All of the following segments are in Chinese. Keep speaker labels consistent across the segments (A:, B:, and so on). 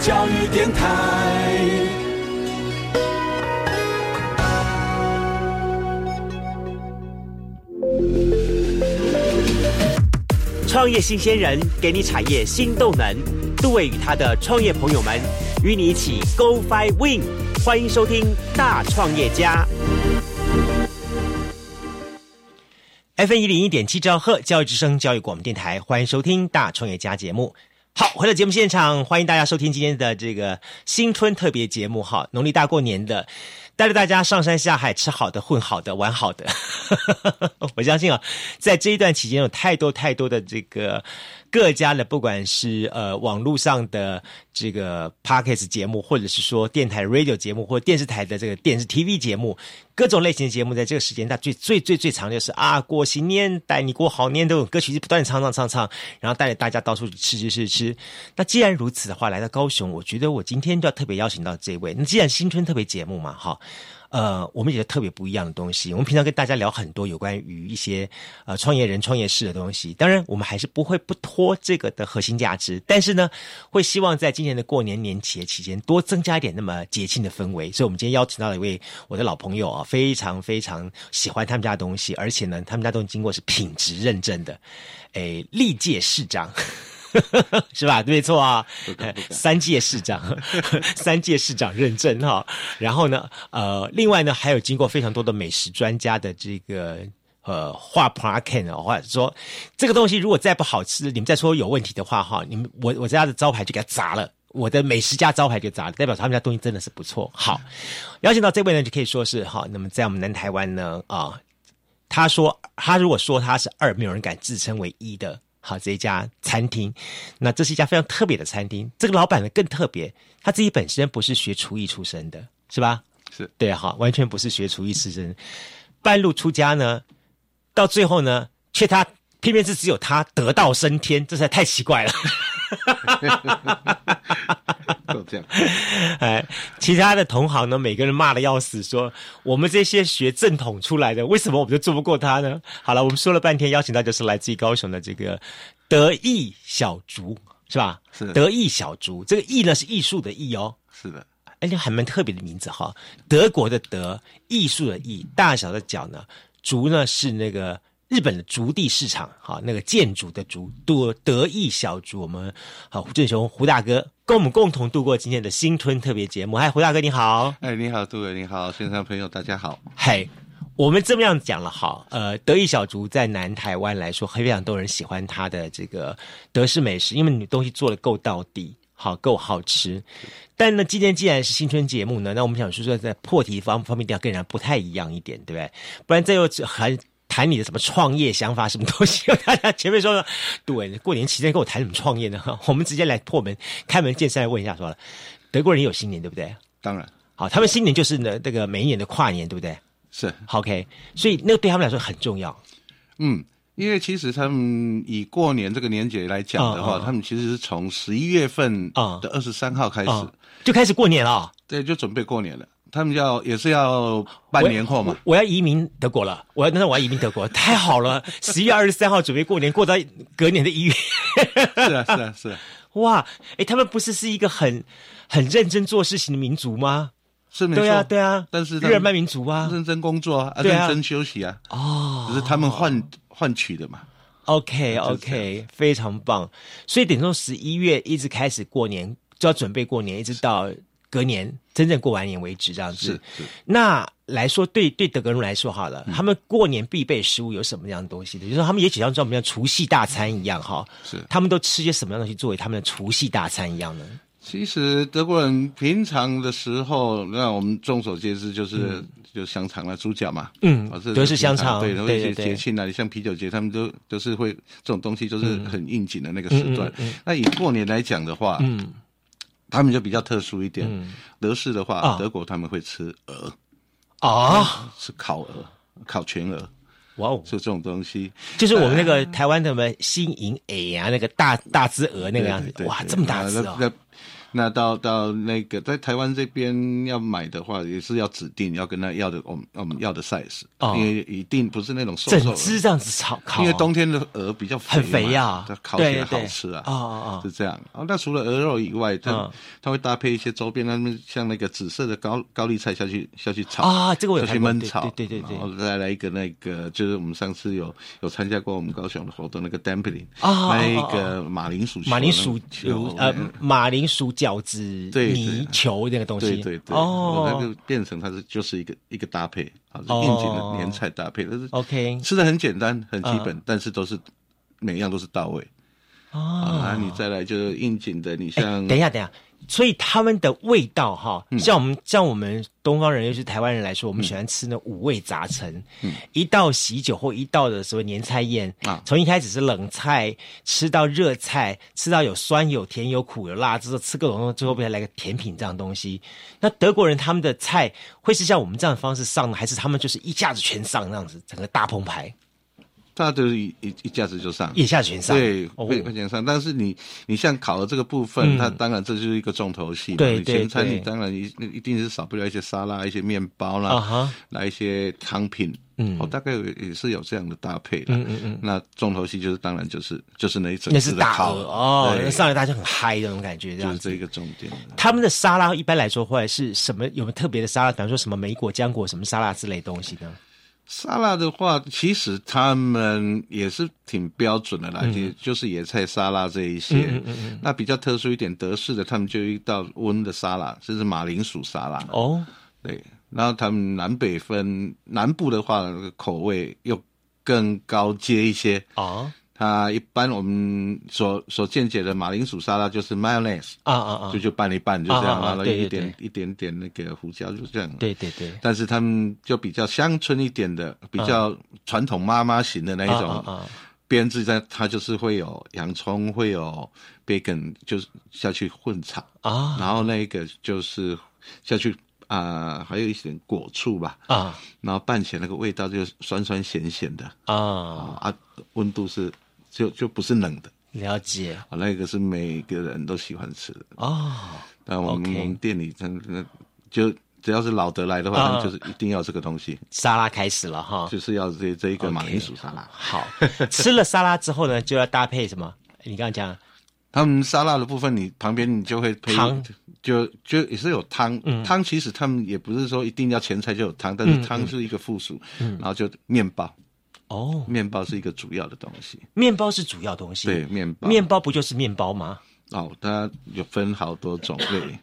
A: 教育电台。
B: 创业新鲜人给你产业新动能，杜伟与他的创业朋友们与你一起 Go Fly Win，欢迎收听《大创业家》。FM 一零一点七兆赫，教育之声，教育广播电台，欢迎收听《大创业家》节目。好，回到节目现场，欢迎大家收听今天的这个新春特别节目哈，农历大过年的，带着大家上山下海，吃好的，混好的，玩好的。 我相信啊，在这一段期间，有太多太多的这个各家的，不管是呃网络上的这个 podcast 节目，或者是说电台 radio 节目，或电视台的这个电视 TV 节目，各种类型的节目，在这个时间段最最最最常就是啊，过新年带你过好年这种歌曲，不断地唱唱唱唱，然后带着大家到处吃吃吃吃。那既然如此的话，来到高雄，我觉得我今天就要特别邀请到这位。那既然新春特别节目嘛，哈。呃，我们觉得特别不一样的东西。我们平常跟大家聊很多有关于一些呃创业人、创业事的东西，当然我们还是不会不脱这个的核心价值，但是呢，会希望在今年的过年年节期间多增加一点那么节庆的氛围。所以，我们今天邀请到了一位我的老朋友啊，非常非常喜欢他们家的东西，而且呢，他们家都经过是品质认证的，诶，历届市长。 是吧？没错啊， 三届市长，三届市长认证哈。然后呢，呃，另外呢，还有经过非常多的美食专家的这个呃画 p l a c a n 啊或者说这个东西如果再不好吃，你们再说有问题的话哈，你们我我家的招牌就给它砸了。我的美食家招牌就砸了，代表他们家东西真的是不错。好，邀请到这位呢，就可以说是哈，那么在我们南台湾呢啊，他说他如果说他是二，没有人敢自称为一的。好，这一家餐厅，那这是一家非常特别的餐厅。这个老板呢更特别，他自己本身不是学厨艺出身的，是吧？
C: 是
B: 对哈，完全不是学厨艺出身，半路出家呢，到最后呢，却他偏偏是只有他得道升天，这实在太奇怪了。
C: 都这样。
B: 哎，其他的同行呢，每个人骂的要死说，我们这些学正统出来的，为什么我们就做不过他呢？好了，我们说了半天，邀请到就是来自于高雄的这个德艺小竹，是吧？
C: 是
B: 德艺小竹，这个艺呢是艺术的艺哦，
C: 是的，
B: 哎，这还蛮特别的名字哈，德国的德，艺术的艺，大小的角呢，竹呢是那个日本的竹地市场哈，那个建筑的竹，德德意小竹，我们好胡振雄胡大哥跟我们共同度过今天的新春特别节目。嗨，胡大哥你好，
C: 哎，你好，杜伟，你好，线上朋友，大家好。
B: 嘿。我们这么样讲了哈，呃，德意小竹在南台湾来说，非常多人喜欢它的这个德式美食，因为你东西做的够到底，好够好吃。但呢，今天既然是新春节目呢，那我们想说说在破题方方面一定要跟人家不太一样一点，对不对？不然再又还谈你的什么创业想法什么东西，大家前面说了，对，过年期间跟我谈什么创业呢？ 我们直接来破门开门见山来问一下，说了，德国人也有新年对不对？
C: 当然
B: 好，他们新年就是呢，这个每一年的跨年对不对
C: 是，
B: ？OK，所以那个对他们来说很重要。
C: 嗯，因为其实他们以过年这个年节来讲的话，
B: 嗯嗯
C: 他们其实是从十一月份
B: 嗯
C: 的二十三号开始，
B: 嗯，就开始过年了哦，
C: 对，就准备过年了。他们要也是要办年货嘛，
B: 我我要移民德国了，我要那我要移民德国， 太好了！十一月二十三号准备过年，过到隔年的一月，
C: 是啊，是啊，是啊，
B: 哇！哎，他们不是是一个很很认真做事情的民族吗？
C: 是没错。
B: 对啊，对啊，
C: 但是他
B: 日耳曼
C: 们
B: 民族啊。
C: 认真工作啊，啊
B: 对
C: 认
B: 啊
C: 真休息啊，
B: 哦
C: 只是他们换换取的嘛。
B: ，OK OK，非常棒。所以等于说十一月一直开始过年，就要准备过年，一直到隔年真正过完年为止，这样子。
C: 是嗯是，
B: 那来说，对对德国人来说好了，他们过年必备食物有什么样的东西？比如说，他们也许像像我们像除夕大餐一样哈，
C: 是
B: 他们都吃些什么样的东西作为他们的除夕大餐一样呢？
C: 其实德国人平常的时候，那我们众所皆知就是、就香肠啦、猪脚嘛，
B: 嗯
C: 哦这
B: 德式
C: 是平
B: 香肠
C: 常对，然后一
B: 对
C: 些
B: 对对
C: 节庆啊，你像啤酒节，他们都都是会这种东西，就是很应景的那个时段。
B: 嗯
C: 那以过年来讲的话，嗯，他们就比较特殊一点。德式的话，
B: 嗯啊
C: 德国他们会吃鹅，
B: 啊，
C: 吃烤鹅、烤全鹅，
B: 哇哦，
C: 是这种东西。
B: 就是我们那个台湾的什么新营 A 啊，那个大大只鹅那个样子
C: 对，对对
B: 哇，
C: 对
B: 这么大
C: 啊
B: 只哦，
C: 那那那到到那个在台湾这边要买的话，也是要指定要跟他要的我们我们要的 size，、
B: 哦
C: 因为一定不是那种瘦瘦
B: 整
C: 的，
B: 只这样子炒烤，
C: 因为冬天的鹅比较肥嘛
B: 很肥呀
C: 它烤起
B: 对
C: 来
B: 对
C: 好吃啊，
B: 哦哦哦
C: 是这样。哦，那除了鹅肉以外，它、
B: 嗯
C: 它会搭配一些周边，他们像那个紫色的高高丽菜下去下去炒
B: 啊这个我有
C: 下去
B: 看过
C: 焖
B: 对
C: 炒，
B: 对对对对
C: 然后再来一个那个，就是我们上次有有参加过我们高雄的活动那个 dumpling，
B: 啊
C: 那一
B: 啊啊
C: 个马铃薯球
B: 马铃薯
C: 那球
B: 呃
C: 嗯
B: 马铃薯饺子
C: 对
B: 泥球那个东西，
C: 对对对，
B: 哦，
C: 那就变成它是就是一个一个搭配啊，是
B: 哦
C: 应景的年菜搭配，但是
B: OK
C: 吃的很简单很基本，但是都是每样都是到位
B: 啊，
C: 啊。那你再来就是应景的，你
B: 哎
C: 像
B: 等一下，等一下。所以他们的味道哈，
C: 嗯
B: 像我们、像我们东方人，尤其是台湾人来说，我们喜欢吃那五味杂陈。一道喜酒或一道的所谓年菜宴
C: 嗯啊
B: 从一开始是冷菜，吃到热菜，吃到有酸有甜有苦有辣，之后吃各种东西，最后变成来个甜品这样的东西。那德国人他们的菜会是像我们这样的方式上呢，还是他们就是一下子全上那样子，整个大澎湃
C: 它都是一一一下子就上，
B: 一下子全上？
C: 对，
B: 哦嗯
C: 会会减上。但是你你像烤的这个部分，它当然这就是一个重头戏嘛。
B: 对
C: 你
B: 对
C: 前餐
B: 对
C: 你当然一一定是少不了一些沙拉、一些面包
B: 啊
C: 啦
B: 哈，
C: 来一些汤品。嗯，哦，大概有也是有这样的搭配啦。嗯嗯嗯。那重头戏就是当然就是就是那一整
B: 那
C: 只
B: 是
C: 的
B: 大
C: 烤
B: 鹅哦，
C: 对
B: 那上来大家就很嗨的那种感觉，这
C: 就
B: 样
C: 是
B: 子。
C: 这一个重点。
B: 他们的沙拉一般来说会是什么？有没有特别的沙拉？比方说什么莓果、浆果什么沙拉之类的东西呢？
C: 沙拉的话，其实他们也是挺标准的啦，
B: 嗯
C: 也就是野菜沙拉这一些。那比较特殊一点，德式的他们就有一道温的沙拉，这是马铃薯沙拉。
B: 哦，
C: 对，然后他们南北分，南部的话口味又更高阶一些。
B: 哦，
C: 它一般我们所所见解的马铃薯沙拉就是 mayonnaise，、
B: 啊啊啊
C: 就，就拌一拌就这
B: 啊
C: 样，
B: 啊啊
C: 然后
B: 对
C: 一
B: 对
C: 点
B: 对
C: 一点点那个胡椒就这样。
B: 对对对，
C: 但是他们就比较乡村一点的，比较传统妈妈型的那一
B: 嗯啊啊
C: 种
B: 啊
C: 编制，在它就是会有洋葱，会有 bacon，就是下去混炒，
B: 啊
C: 然后那个就是下去啊、还有一点果醋吧，
B: 啊
C: 然后拌起来那个味道就是酸酸咸咸的
B: 啊，
C: 啊，温度是就就不是冷的。
B: 了解
C: 啊，那个是每个人都喜欢吃的。
B: 哦，
C: 那我们
B: OK
C: 我们店里真的就只要是老德来的话，
B: 啊
C: 他们就是一定要这个东西。
B: 沙拉开始了 哈。
C: 就是要这这一个马铃薯沙拉。
B: 好，吃了沙拉之后呢，就要搭配什么？你刚刚讲
C: 他们沙拉的部分，你旁边你就会配
B: 汤，嗯
C: 就就也是有汤。汤其实他们也不是说一定要前菜就有汤，但是
B: 嗯
C: 汤是一个附属，然后就面包，
B: 哦，
C: 面包是一个主要的东西。
B: 面包是主要东西，
C: 对，，面包，
B: 嗯面包不就是面包吗？
C: 哦，它有分好多种类。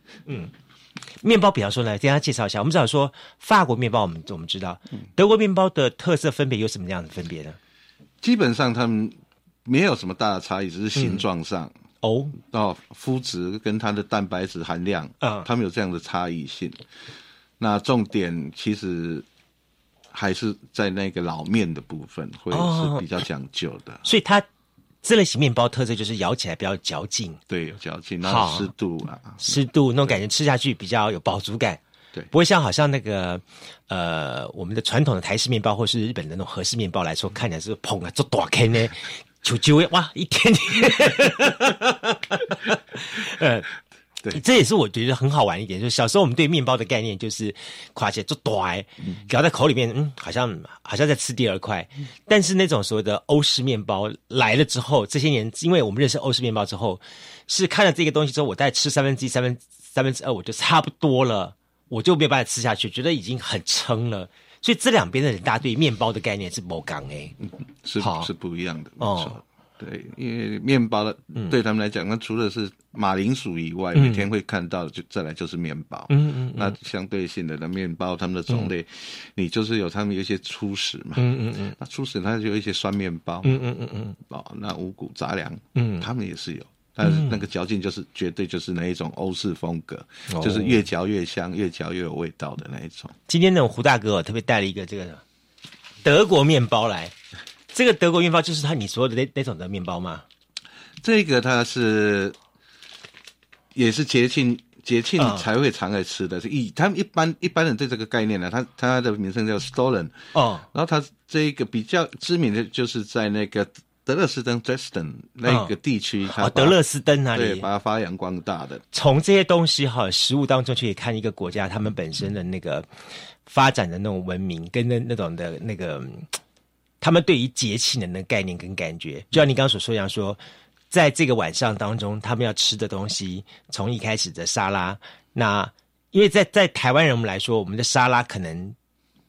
B: 面包，比方说呢，跟大家介绍一下，我们知道说法国面包，我们我们知道德国面包的特色分别有什么样的分别呢？
C: 基本上他们没有什么大的差异，只是
B: 嗯
C: 形状上。
B: 哦，
C: 哦，肤质跟它的蛋白质含量，
B: 嗯
C: 它们有这样的差异性。那重点其实还是在那个老面的部分会
B: 哦
C: 是比较讲究的，
B: 所以它这类型面包特色就是咬起来比较嚼劲、
C: 对，有嚼劲，然
B: 好
C: 后湿度啊，
B: 湿度那种感觉，吃下去比较有饱足感。
C: 对
B: 不会像好像那个呃，我们的传统的台式面包或是日本的那种和式面包来说，看起来是捧啊做大坑呢， 球球的哇一点点，呃。
C: 对
B: 这也是我觉得很好玩一点，就是小时候我们对面包的概念就是垮起来就短，咬在口里面，嗯，好像好像在吃第二块。但是那种所谓的欧式面包来了之后，这些年因为我们认识欧式面包之后，是看了这个东西之后，我再吃三分之一、三分三分之二，我就差不多了，我就没有办法吃下去，觉得已经很撑了。所以这两边的人，大家对面包的概念是某港哎，
C: 是
B: 好
C: 是不一样的，没
B: 哦
C: 错。对，因为面包的对他们来讲，那除了是马铃薯以外，每天会看到的就再来就是面包。嗯嗯，那相对性的那面包，他们的种类，你就是有他们有一些粗食嘛。嗯嗯嗯。那粗食它就有一些酸面包。嗯嗯嗯嗯。哦，那五谷杂粮，嗯，他们也是有。但是那个嚼劲就是绝对就是那一种欧式风格，就是越嚼越香，越嚼越有味道的那一种。
B: 今天那种胡大哥、哦、特别带了一个这个德国面包来，这个德国面包就是他你说的那那种的面包吗？
C: 这个它是也是节庆节庆
B: 啊
C: 才会常来吃的，是以他们一般一般人对这个概念呢、它它的名称叫 Stollen，
B: 哦
C: 然后它这个比较知名的就是在那个德勒斯登 （Dresden） 那个地区，它
B: 哦，
C: 把
B: 德勒斯登那
C: 对
B: 里
C: 把，它发扬光大的，
B: 从这些东西哈，食物当中去看一个国家他们本身的那个发展的那种文明，跟那那种的那个嗯他们对于节气的那个概念跟感觉，就像你刚刚所说一样说。在这个晚上当中，他们要吃的东西，从一开始的沙拉，那因为在在台湾人我们来说，我们的沙拉可能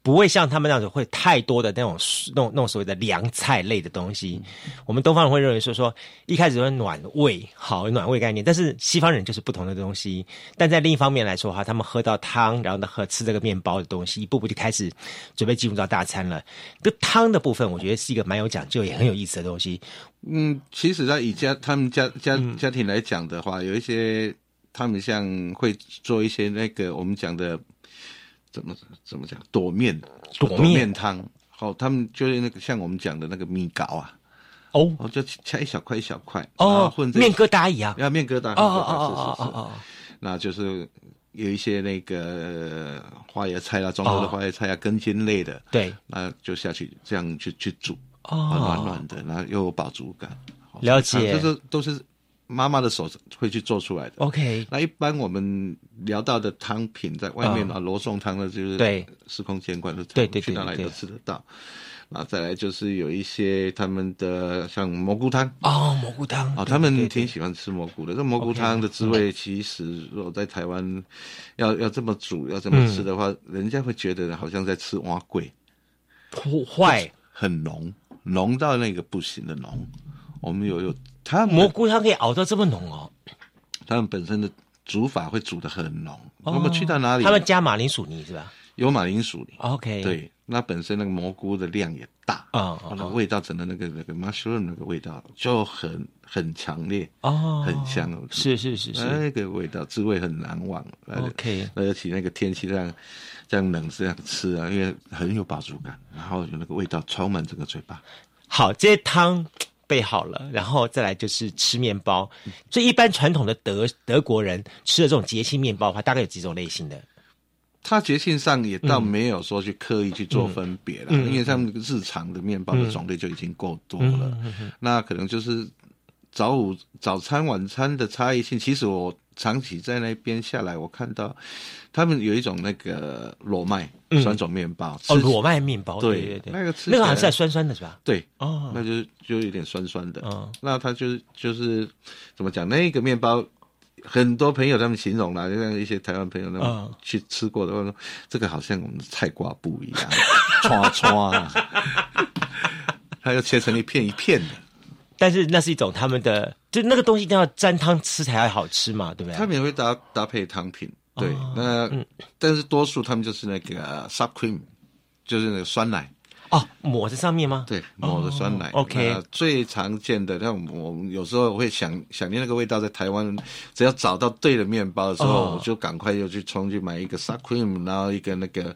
B: 不会像他们那样子会太多的那种那种那种所谓的凉菜类的东西。我们东方人会认为说说一开始会暖胃，好暖胃概念，但是西方人就是不同的东西。但在另一方面来说哈，他们喝到汤，然后呢喝吃这个面包的东西，一步步就开始准备进入到大餐了。这个汤的部分，我觉得是一个蛮有讲究也很有意思的东西。
C: 嗯，其实，在以家他们家家
B: 嗯
C: 家庭来讲的话，有一些他们像会做一些那个我们讲的怎么怎么讲躲面
B: 躲面
C: 汤，好、他们就是那个像我们讲的那个米糕啊，
B: 哦
C: 哦，就切一小块一小块，然后
B: 哦，
C: 混在一
B: 面
C: 起
B: 疙瘩一样。
C: 要面疙瘩，面疙瘩
B: 哦哦哦
C: 是
B: 哦
C: 是是，
B: 哦
C: 那就是有一些那个呃花椰菜啊，中国的花椰菜啊，根茎类的，
B: 哦对，
C: 那就下去这样去去煮，
B: 哦
C: 啊暖暖的，然后又有饱足感。好
B: 了解哦
C: 这是都是妈妈的手会去做出来的。
B: ，OK，
C: 那一般我们聊到的汤品，在外面啊，罗宋汤呢，就是
B: 对
C: 司空见惯的汤，
B: 对对对
C: 去哪里
B: 对
C: 都吃得到。那再来就是有一些他们的像蘑菇汤，
B: 哦，蘑菇汤
C: 哦，
B: 对
C: 他
B: 对
C: 们
B: 对
C: 挺喜欢吃蘑菇的。这蘑菇汤的滋味，其实如果在台湾要要这么煮、要这
B: 嗯
C: 么吃的话，人家会觉得好像在吃蛙桂，
B: 破坏
C: 很浓，浓到那个不行的浓。我们有有他
B: 蘑
C: 们
B: 菇汤可以熬到这么浓哦，
C: 他们本身的煮法会煮的很浓。那么去到哪里，
B: 哦他们加哎马铃薯泥是吧
C: 有马铃薯泥，
B: ？OK，，
C: 对，那本身那个蘑菇的量也大，
B: 嗯嗯
C: 那味道整个那个那个 mushroom 那个味道就很很强烈，
B: 哦，
C: 很香，
B: 是是是是
C: 那个味道滋味很难忘。
B: ，OK，
C: 而且那个天气这样这样冷这样吃啊，因为很有饱足感，然后有那个味道充满整个嘴巴。
B: 好，这些汤备好了，然后再来就是吃面包。所以一般传统的德德国人吃的这种节气面包的话，大概有几种类型的？
C: 它节庆上也
B: 嗯
C: 倒没有说去刻意去做分别了，因为他们日常的面包的种类就已经够多
B: 嗯
C: 了。那可能就是早午早餐晚餐的差异性。其实我长期在那边下来，我看到他们有一种那个裸麦酸种面包，
B: 哦，
C: 吃起
B: 裸麦面包，
C: 对
B: 对对，
C: 那个吃
B: 那个好像
C: 起来
B: 是酸酸的是吧？
C: 对
B: 哦，
C: 那就是就有点酸酸的。
B: 嗯
C: 那它就是就是怎么讲？那个面包，很多朋友他们形容啦，就像一些台湾朋友他们
B: 嗯
C: 去吃过的，他们说这个好像我们的菜瓜布一样，刷刷啊，它就切成一片一片的。
B: 但是那是一种他们的，就那个东西一定要沾汤吃才好吃嘛，对不
C: 他
B: 对？
C: 们也会搭搭配汤品，对，那、但是多数他们就是那个 sub cream，就是那个酸奶。
B: 哦，抹在上面吗？
C: 对，抹的酸奶。
B: 哦 OK
C: 那最常见的，像我们有时候会想想念那个味道，在台湾，只要找到对的面包的时候，
B: 哦
C: 我就赶快又去冲去买一个 sour cream，然后一个那个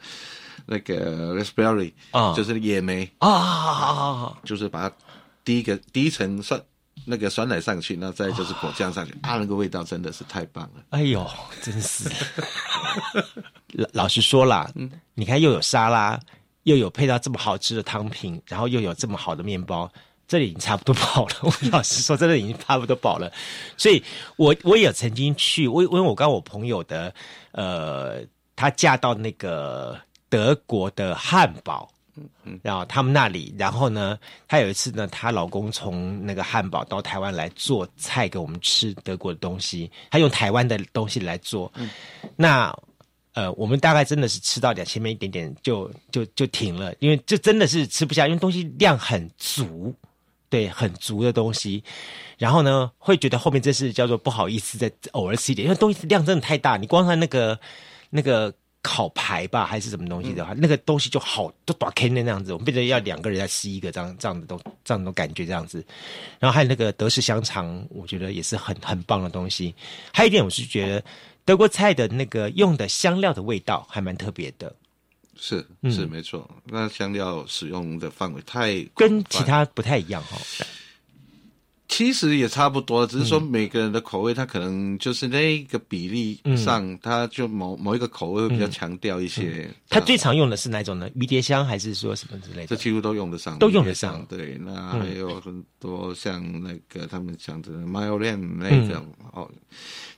C: 那个 raspberry，、
B: 啊
C: 就是野莓，
B: 啊啊啊啊！啊
C: 就是把它第一个第一层酸那个酸奶上去，那再就是果酱上去，啊，那个味道真的是太棒了。
B: 哎呦，真是！ 老老实说啦，你看又有沙拉，又有配到这么好吃的汤品，然后又有这么好的面包，这里已经差不多饱了。 我老实说，真的已经差不多饱了。所以我我也曾经去，我因为我刚我朋友的，呃，她嫁到那个德国的汉堡。然后他们那里，然后呢，她有一次呢，她老公从那个汉堡到台湾来做菜给我们吃德国的东西，她用台湾的东西来做。那呃，我们大概真的是吃到点前面一点点就就就停了，因为这真的是吃不下，因为东西量很足，对，很足的东西。然后呢，会觉得后面这是叫做不好意思再偶尔吃一点，因为东西量真的太大，你光看那个那个。烤排吧，还是什么东西的话，那个东西就好都打开那那样子，我们变成要两个人来吃一个这样这样的东这样的感觉这样子。然后还有那个德式香肠，我觉得也是很很棒的东西。还有一点，我是觉得德国菜的那个用的香料的味道还蛮特别的，
C: 是
B: 嗯
C: 是没错，那香料使用的范围太广泛
B: 跟哦其他不太一样哈、
C: 其实也差不多，只是
B: 嗯
C: 说每个人的口味，它可能就是那个比例
B: 嗯
C: 上，它就某某一个口味会比较强调一些。嗯
B: 它最常用的是哪一种呢？迷迭香还是说什么之类
C: 这
B: 的？
C: 几乎都用得上，
B: 都用得上
C: 对，那还有很多像那个他们讲的 m y o l a m 那
B: 嗯
C: 种、哦，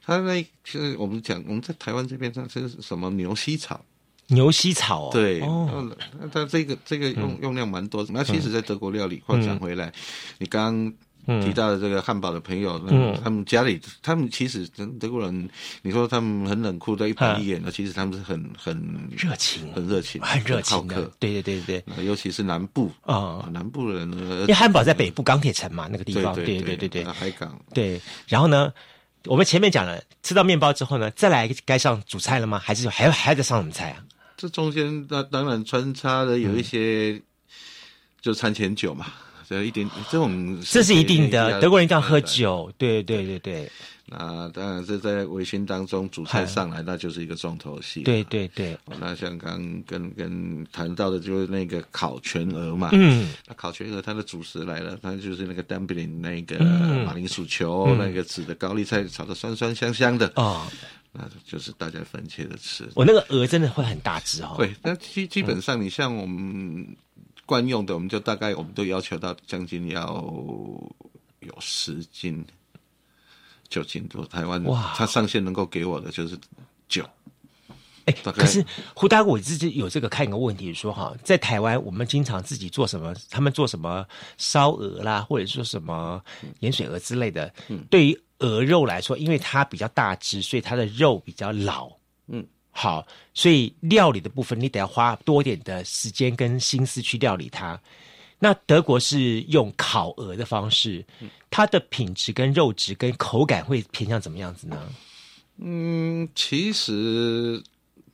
C: 它那是我们讲我们在台湾这边它是什么牛膝草，
B: 牛膝草哦，
C: 对，
B: 哦，嗯
C: 那那它这个这个用、用量蛮多。那其实，在德国料理，话讲回来，你刚
B: 嗯
C: 刚提到的这个汉堡的朋友，那他们家里，他们其实德国人，你说他们很冷酷的一板一眼的，其实他们是很很
B: 嗯热情啊
C: 很热情，
B: 很热情
C: 呃好
B: 的
C: 客，。
B: 对对对对，
C: 那尤其是南部
B: 啊
C: 南部人呢
B: 因为，汉堡在北部钢铁城嘛，那个地
C: 呃对
B: 方，
C: 对
B: 对对对
C: 那海港
B: 对。然后呢，我们前面讲了，吃到面包之后呢，再来该上主菜了吗？还是有还要还要再上什么菜啊？
C: 这中间那当然穿插的
B: 嗯
C: 有一些，就餐前酒嘛。这一点，这种
B: 这是一定
C: 要
B: 的，德国人一定要
C: 对
B: 喝酒，对对对对
C: 那当然是在微醺当中，主菜上来，那就是一个重头戏。
B: 哎对对对，
C: 哦，那像刚跟跟谈到的，就是那个烤全鹅嘛。
B: 嗯，
C: 那烤全鹅它的主食来了，它就是那个 dumpling，那个
B: 嗯
C: 马铃薯球，那个紫的高丽菜炒的酸酸香香的，
B: 哦，
C: 那就是大家分切着吃。
B: 我那个鹅真的会很大只哦，
C: 对，那基基本上你像我们嗯惯用的，我们就大概我们都要求到将近要有十斤九斤多。台湾
B: 哇
C: 它上限能够给我的就是九。
B: 哎，
C: 大概
B: 可是胡大哥，我自己有这个看一个问题，说哈，在台湾我们经常自己做什么，他们做什么烧鹅啦，或者说什么盐水鹅之类的。
C: 嗯
B: 对于鹅肉来说，因为它比较大只，所以它的肉比较老。
C: 嗯，
B: 好，所以料理的部分你得要花多一点的时间跟心思去料理它。那德国是用烤鹅的方式，
C: 嗯
B: 它的品质跟肉质跟口感会偏向怎么样子呢？
C: 嗯，其实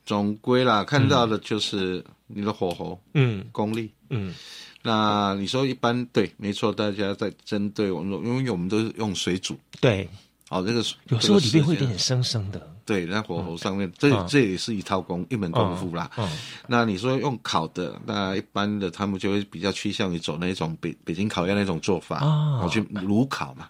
C: 总归啦，看到的就是你的火候、
B: 嗯
C: 功力。
B: 嗯，
C: 那你说一般对，没错，大家在针对我们，因为我们都是用水煮，
B: 对，
C: 哦，这个
B: 有时候里面会有
C: 这个时间呃
B: 点生生的。
C: 对，那火候上面，这这也是一套功一门功夫啦。
B: 嗯
C: 那你说用烤的，那一般的他们就会比较趋向于走那种北北京烤鸭那种做法，
B: 哦
C: 我去炉烤嘛，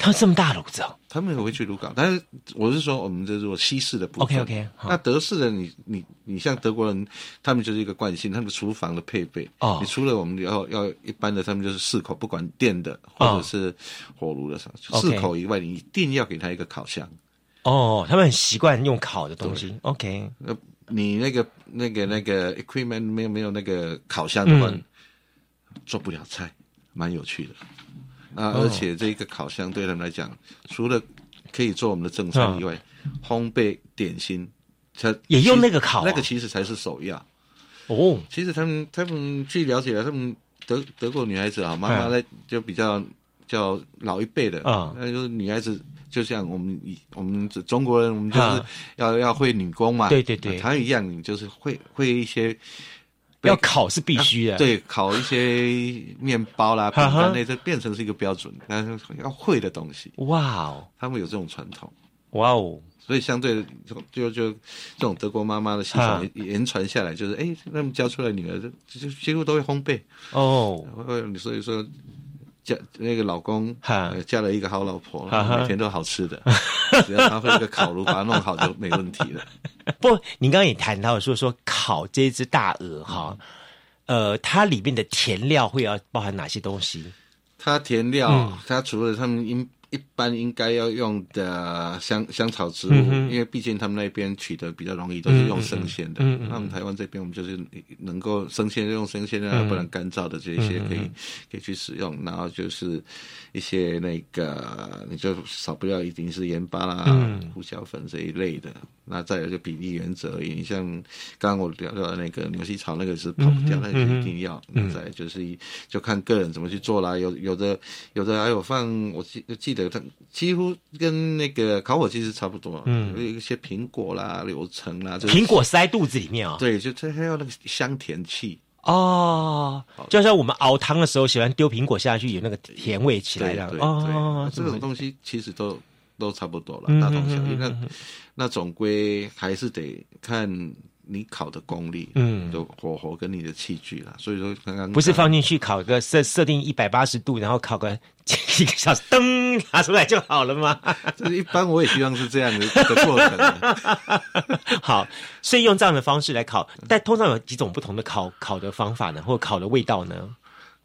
B: 它这么大炉子哦，
C: 他们也会去炉烤。但是我是说，我们这做西式的部分。
B: OK，OK，好
C: 那德式的你你你像德国人，他们就是一个惯性，他们厨房的配备，
B: 哦
C: 你除了我们要要一般的，他们就是四口，不管电的或者是火炉的，四
B: 哦 OK
C: 口以外，你一定要给他一个烤箱。
B: 哦，他们很习惯用烤的东西。OK，
C: 呃，你那个那个那个 equipment 没有没有那个烤箱的话，
B: 嗯
C: 做不了菜，蛮有趣的。啊，
B: 哦
C: 而且这个烤箱对他们来讲，除了可以做我们的正餐以外，烘焙点心，它
B: 嗯也用
C: 其
B: 那个烤啊
C: 那个其实才是首要。
B: 哦，
C: 其实他们他们据了解了，他们德德国女孩子啊，妈
B: 哎
C: 妈呢就比较叫老一辈的
B: 啊
C: 那就是女孩子，就像我们以我们中国人，我们就是
B: 啊
C: 要要会女工嘛，
B: 对对对
C: 她一样，你就是会会一些
B: 要烤是必须的。，
C: 对烤一些面包啦、饼
B: 哈哈
C: 干类，这变成是一个标准，但是要会的东西，
B: 哇哦，
C: 他们有这种传统。
B: 哇哦，
C: 所以相对的就就就这种德国妈妈的系
B: 啊
C: 统也言传下来，就是哎，他们教出来女儿就就几乎都会烘焙，
B: 哦，
C: 呃，你所以说嫁那个老公
B: 哈
C: 呃嫁了一个好老婆，
B: 哈哈
C: 每天都好吃的，只要他会一个烤炉把它弄好就没问题了。
B: 不，您刚刚也谈到说说烤这只大鹅哈，呃，它里面的填料会要包含哪些东西？
C: 它填料，
B: 嗯
C: 它除了他们应一般应该要用的香香草植物，
B: 嗯
C: 因为毕竟他们那边取得比较容易，都是用生鲜的。
B: 嗯
C: 那我们台湾这边，我们就是能够生鲜就用生鲜的，啊
B: 嗯
C: 不然干燥的这一些可以可以去使用。然后就是一些那个，你就少不了一定是盐巴啦、胡椒粉这一类的。那再有就比例原则而已，你像刚刚我聊到的那个牛膝草，那个是跑不掉，那个是一定要。那再来就是一就看个人怎么去做啦。有有的有的还有放，我记记得它几乎跟那个烤火鸡是差不多。嗯，有一些苹果啦、柳橙啦，就是
B: 苹果塞肚子里面啊、
C: 对，就它还有那个香甜气。
B: 哦，就像我们熬汤的时候喜欢丢苹果下去，有那个甜味起来
C: 对
B: 了
C: 对对，
B: 哦
C: 那，这种东西其实都
B: 嗯
C: 都差不多了，大同小异。那那总归还是得看你烤的功力，
B: 嗯
C: 的火候跟你的器具啦。所以说刚刚
B: 不是放进去烤个设设定一百八十度，然后烤个 一个小时，噔拿出来就好了吗？
C: 这 一般我也希望是这样的的过程啊。
B: 好，所以用这样的方式来烤，但通常有几种不同的烤烤的方法呢，或烤的味道呢？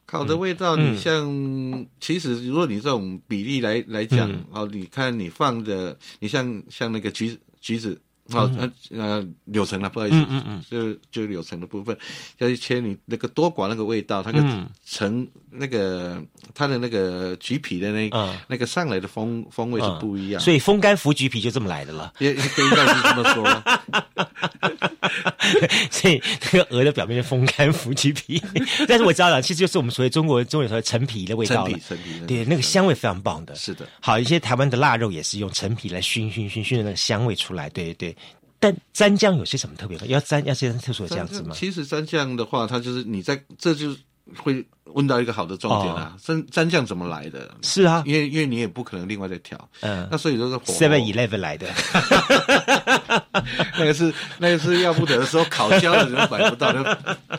C: 烤的味道，
B: 嗯
C: 你像、其实如果你这种比例来来讲，
B: 嗯
C: 哦，你看你放的，你像像那个橘子橘子。哦，
B: 嗯
C: 呃呃，柳橙啊，不好意思，嗯嗯就就柳橙的部分，要去切你那个多寡那个味道，它
B: 嗯
C: 的橙、那个它的那个橘皮的那、
B: 嗯
C: 那个上来的风风味是不一样，
B: 所以风干福橘皮就这么来的了。
C: 也也可以让你这么说啦。
B: 所以那个鹅的表面是风干腐橘皮， 但是我知道了，其实就是我们所谓中国中国所谓陈皮的 味道了
C: 陈皮陈皮那个
B: 对，那个香味非常棒的。
C: 是的，
B: 好，一些台湾的腊肉也是用陈皮来熏熏熏熏的那个香味出来，对对。但蘸酱有些什么特别的？要蘸要蘸厕所这样子吗？
C: 其实蘸酱的话，它就是你在这就是会问到一个好的重点啊啦、蘸蘸酱怎么来的？
B: 是哦啊，
C: 因为因为你也不可能另外再调，
B: 嗯
C: 那所以就是火候
B: ，Seven Eleven 来的，
C: 那个是那个是要不得的时候烤焦的人买不到， 就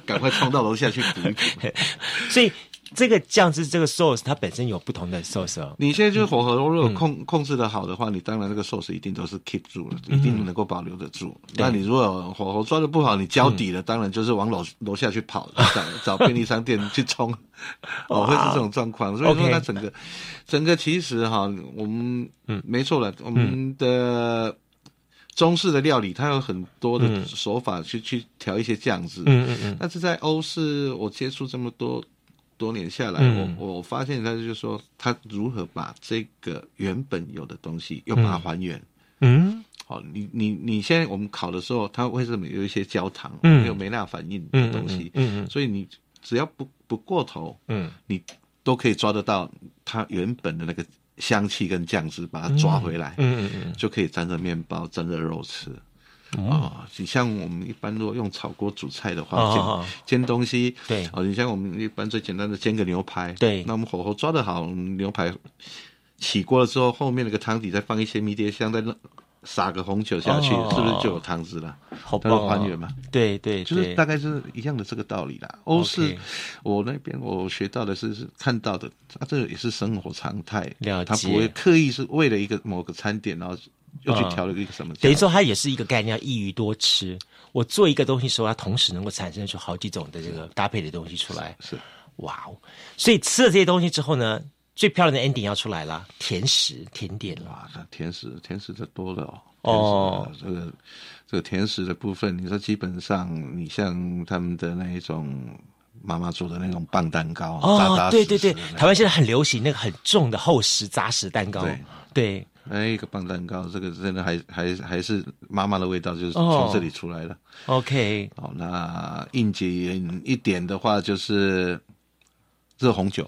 C: 赶快冲到楼下去补一补。
B: 所以这个酱汁这个 sauce 它本身有不同的 sauce 哦。
C: 你现在就是火候如果
B: 嗯
C: 控控制的好的话，你当然这个寿司一定都是 keep 住了，
B: 嗯
C: 一定能够保留得住。那你如果火候抓的不好，你交底
B: 嗯
C: 了，当然就是往楼楼下去跑， 找找便利商店去 冲，哦，会是这种状况。所以
B: OK
C: 说，它整个整个其实哈，我们嗯，没错了，我们的。中式的料理，它有很多的手法去、去调一些酱汁，
B: 嗯嗯嗯，
C: 但是在欧式，我接触这么多多年下来，
B: 嗯
C: 我我发现他就是说，他如何把这个原本有的东西又把它还原。
B: 嗯
C: 好、你你你现在我们烤的时候，它为什么有一些焦糖，
B: 嗯
C: 有没那反应
B: 嗯
C: 的东西？
B: 嗯嗯
C: 所以你只要不不过头，
B: 嗯
C: 你都可以抓得到它原本的那个香气跟酱汁，把它抓回来。
B: 嗯嗯嗯
C: 就可以沾着面包、沾着肉吃。
B: 嗯
C: 啊、你像我们一般如果用炒锅煮菜的话，
B: 哦
C: 煎、
B: 哦哦
C: 煎东西，
B: 对
C: 哦，你像我们一般最简单的煎个牛排，
B: 对
C: 那我们火候抓得好，我们牛排起锅了之后，后面那个汤底再放一些迷迭香，再弄撒个红酒下去，
B: 哦
C: 是不是就有汤汁了？
B: 嗯，好
C: 它
B: 棒、
C: 的
B: 哦，
C: 还原嘛，
B: 对对对，
C: 就是大概是一样的这个道理啦。欧式
B: OK，
C: 我那边我学到的是是看到的，啊，这也是生活常态，
B: 了解
C: 他不会刻意是为了一个某个餐点，然后又去调了一个什么酱。
B: 等于说，它也是一个概念，要一鱼多吃。我做一个东西的时候，它同时能够产生出好几种的这个搭配的东西出来。
C: 是
B: 哇哦！所以吃了这些东西之后呢，最漂亮的 ending 要出来啦，甜食、甜点啦。
C: 哇，那甜食甜食的多了哦。
B: 哦
C: 甜食的，这个这个甜食的部分，你说基本上，你像他们的那一种妈妈做的那种棒蛋糕，扎扎
B: 哦，
C: 实
B: 对
C: 实
B: 对对
C: 的，
B: 台湾现在很流行那个很重的厚实扎实蛋糕
C: 对。
B: 对，
C: 那哎一个棒蛋糕，这个真的还还还是妈妈的味道，就是
B: 哦
C: 从这里出来的。
B: OK，
C: 好，那应景一点的话就是热红酒，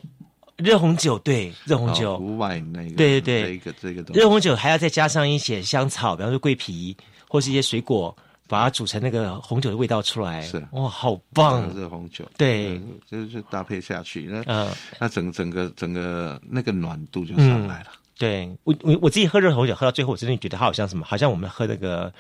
B: 热红酒，对，热红酒。
C: 哦五百那个，
B: 对对对
C: 这一个这个东西
B: 热，红酒还要再加上一些香草，比方说桂皮或是一些水果，把它煮成那个红酒的味道出来。
C: 是
B: 哇，好棒！
C: 热红酒，
B: 对
C: 嗯，就是搭配下去，那、
B: 嗯
C: 那整整个整个那个暖度就上来了。
B: 对我我我自己喝热红酒喝到最后，我真的觉得它好像什么，好像我们喝那个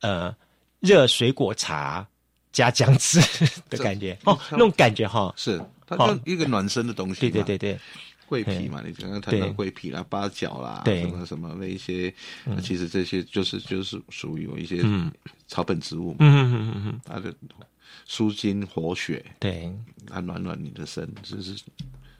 B: 呃热水果茶加姜汁 的感觉哦，那种感觉哈。
C: 是，它
B: 好
C: 就一个暖身的东西。
B: 对对对，对，
C: 桂皮嘛，你刚刚谈到桂皮啦、八角啦，
B: 对嗯
C: 什么什么那一些，那其实这些就是就是属于有一些草本植物嘛，
B: 嗯嗯嗯嗯嗯，
C: 它的舒筋活血，
B: 对，
C: 它暖暖你的身，这是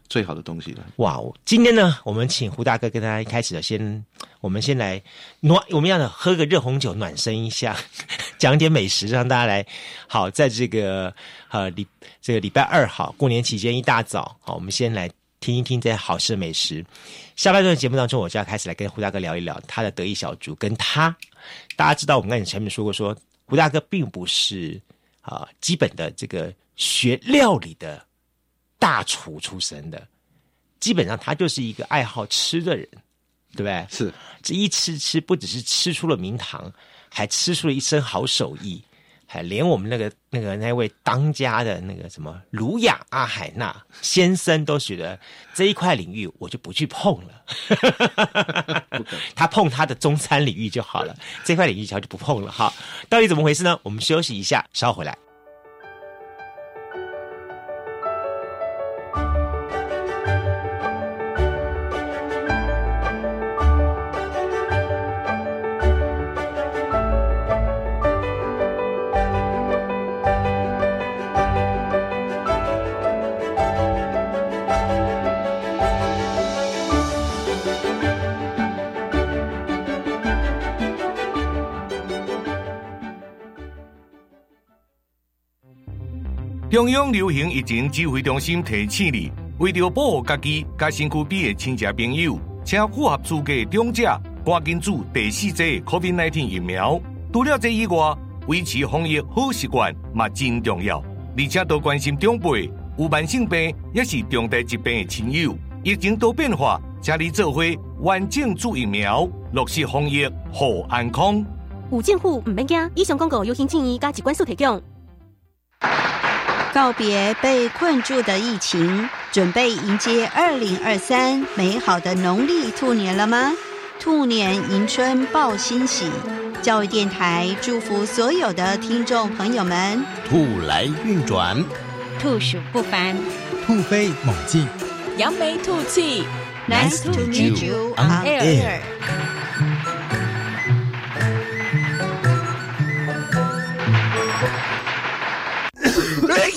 C: 最好的东西了。
B: 哇哦！今天呢，我们请胡大哥跟大家一开始的先，我们先来暖，我们要喝个热红酒暖身一下， 讲点美食，让大家来好，在这个呃礼这个礼拜二好，过年期间一大早好，我们先来听一听这些好吃的美食。下半段节目当中，我就要开始来跟胡大哥聊一聊他的得意小猪，跟他大家知道，我们刚才前面说过说胡大哥并不是啊、基本的这个学料理的大厨出身的。基本上他就是一个爱好吃的人，对不对？
C: 是，
B: 这一吃吃，不只是吃出了名堂，还吃出了一身好手艺，哎，连我们那个那个那位当家的那个什么卢雅阿海纳先生都觉得这一块领域我就不去碰了， 他碰他的中餐领域就好了，这块领域他就不碰了哈。到底怎么回事呢？我们休息一下，稍后回来。
D: 中央流行疫情指挥中心提醒你，为着保护家己甲身躯边的亲戚朋友，请符合资格的长者赶紧注第四剂 COVID-19 疫苗。除了这以外，维持防疫好习惯嘛真重要，而且多关心长辈、有慢性病也是重大疾病的亲友。疫情多变化，请你做伙完整注疫苗，落实防疫护安康。
E: 有政府唔免惊，以上广告由行建议加一关数提供。
F: 告别被困住的疫情，准备迎接二零二三美好的农历兔年了吗？兔年迎春报新喜，教育电台祝福所有的听众朋友们，
G: 兔来运转，
H: 兔鼠不凡，
I: 兔飞猛进，
J: 扬眉吐气。
F: Nice to meet you on air。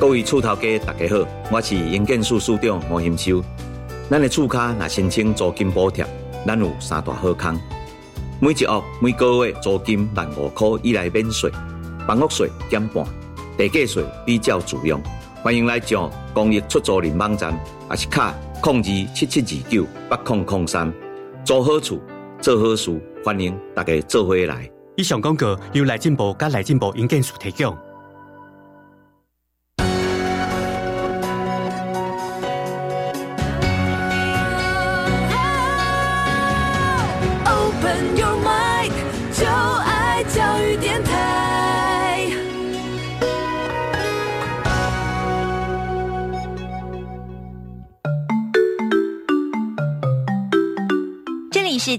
K: 各位厝头家，大家好，我是营建署署长黄兴修。咱的厝卡若申请租金补贴，咱有三大好康：每一屋每个月租金万五块以内免税，房屋税减半，地价税比较自由。欢迎来上公益出租人网站，也是卡控二七七二九八控控三，租好厝，做好事，欢迎大家做伙来。
L: 以上广告由内政部甲内政部营建署提供。
M: 是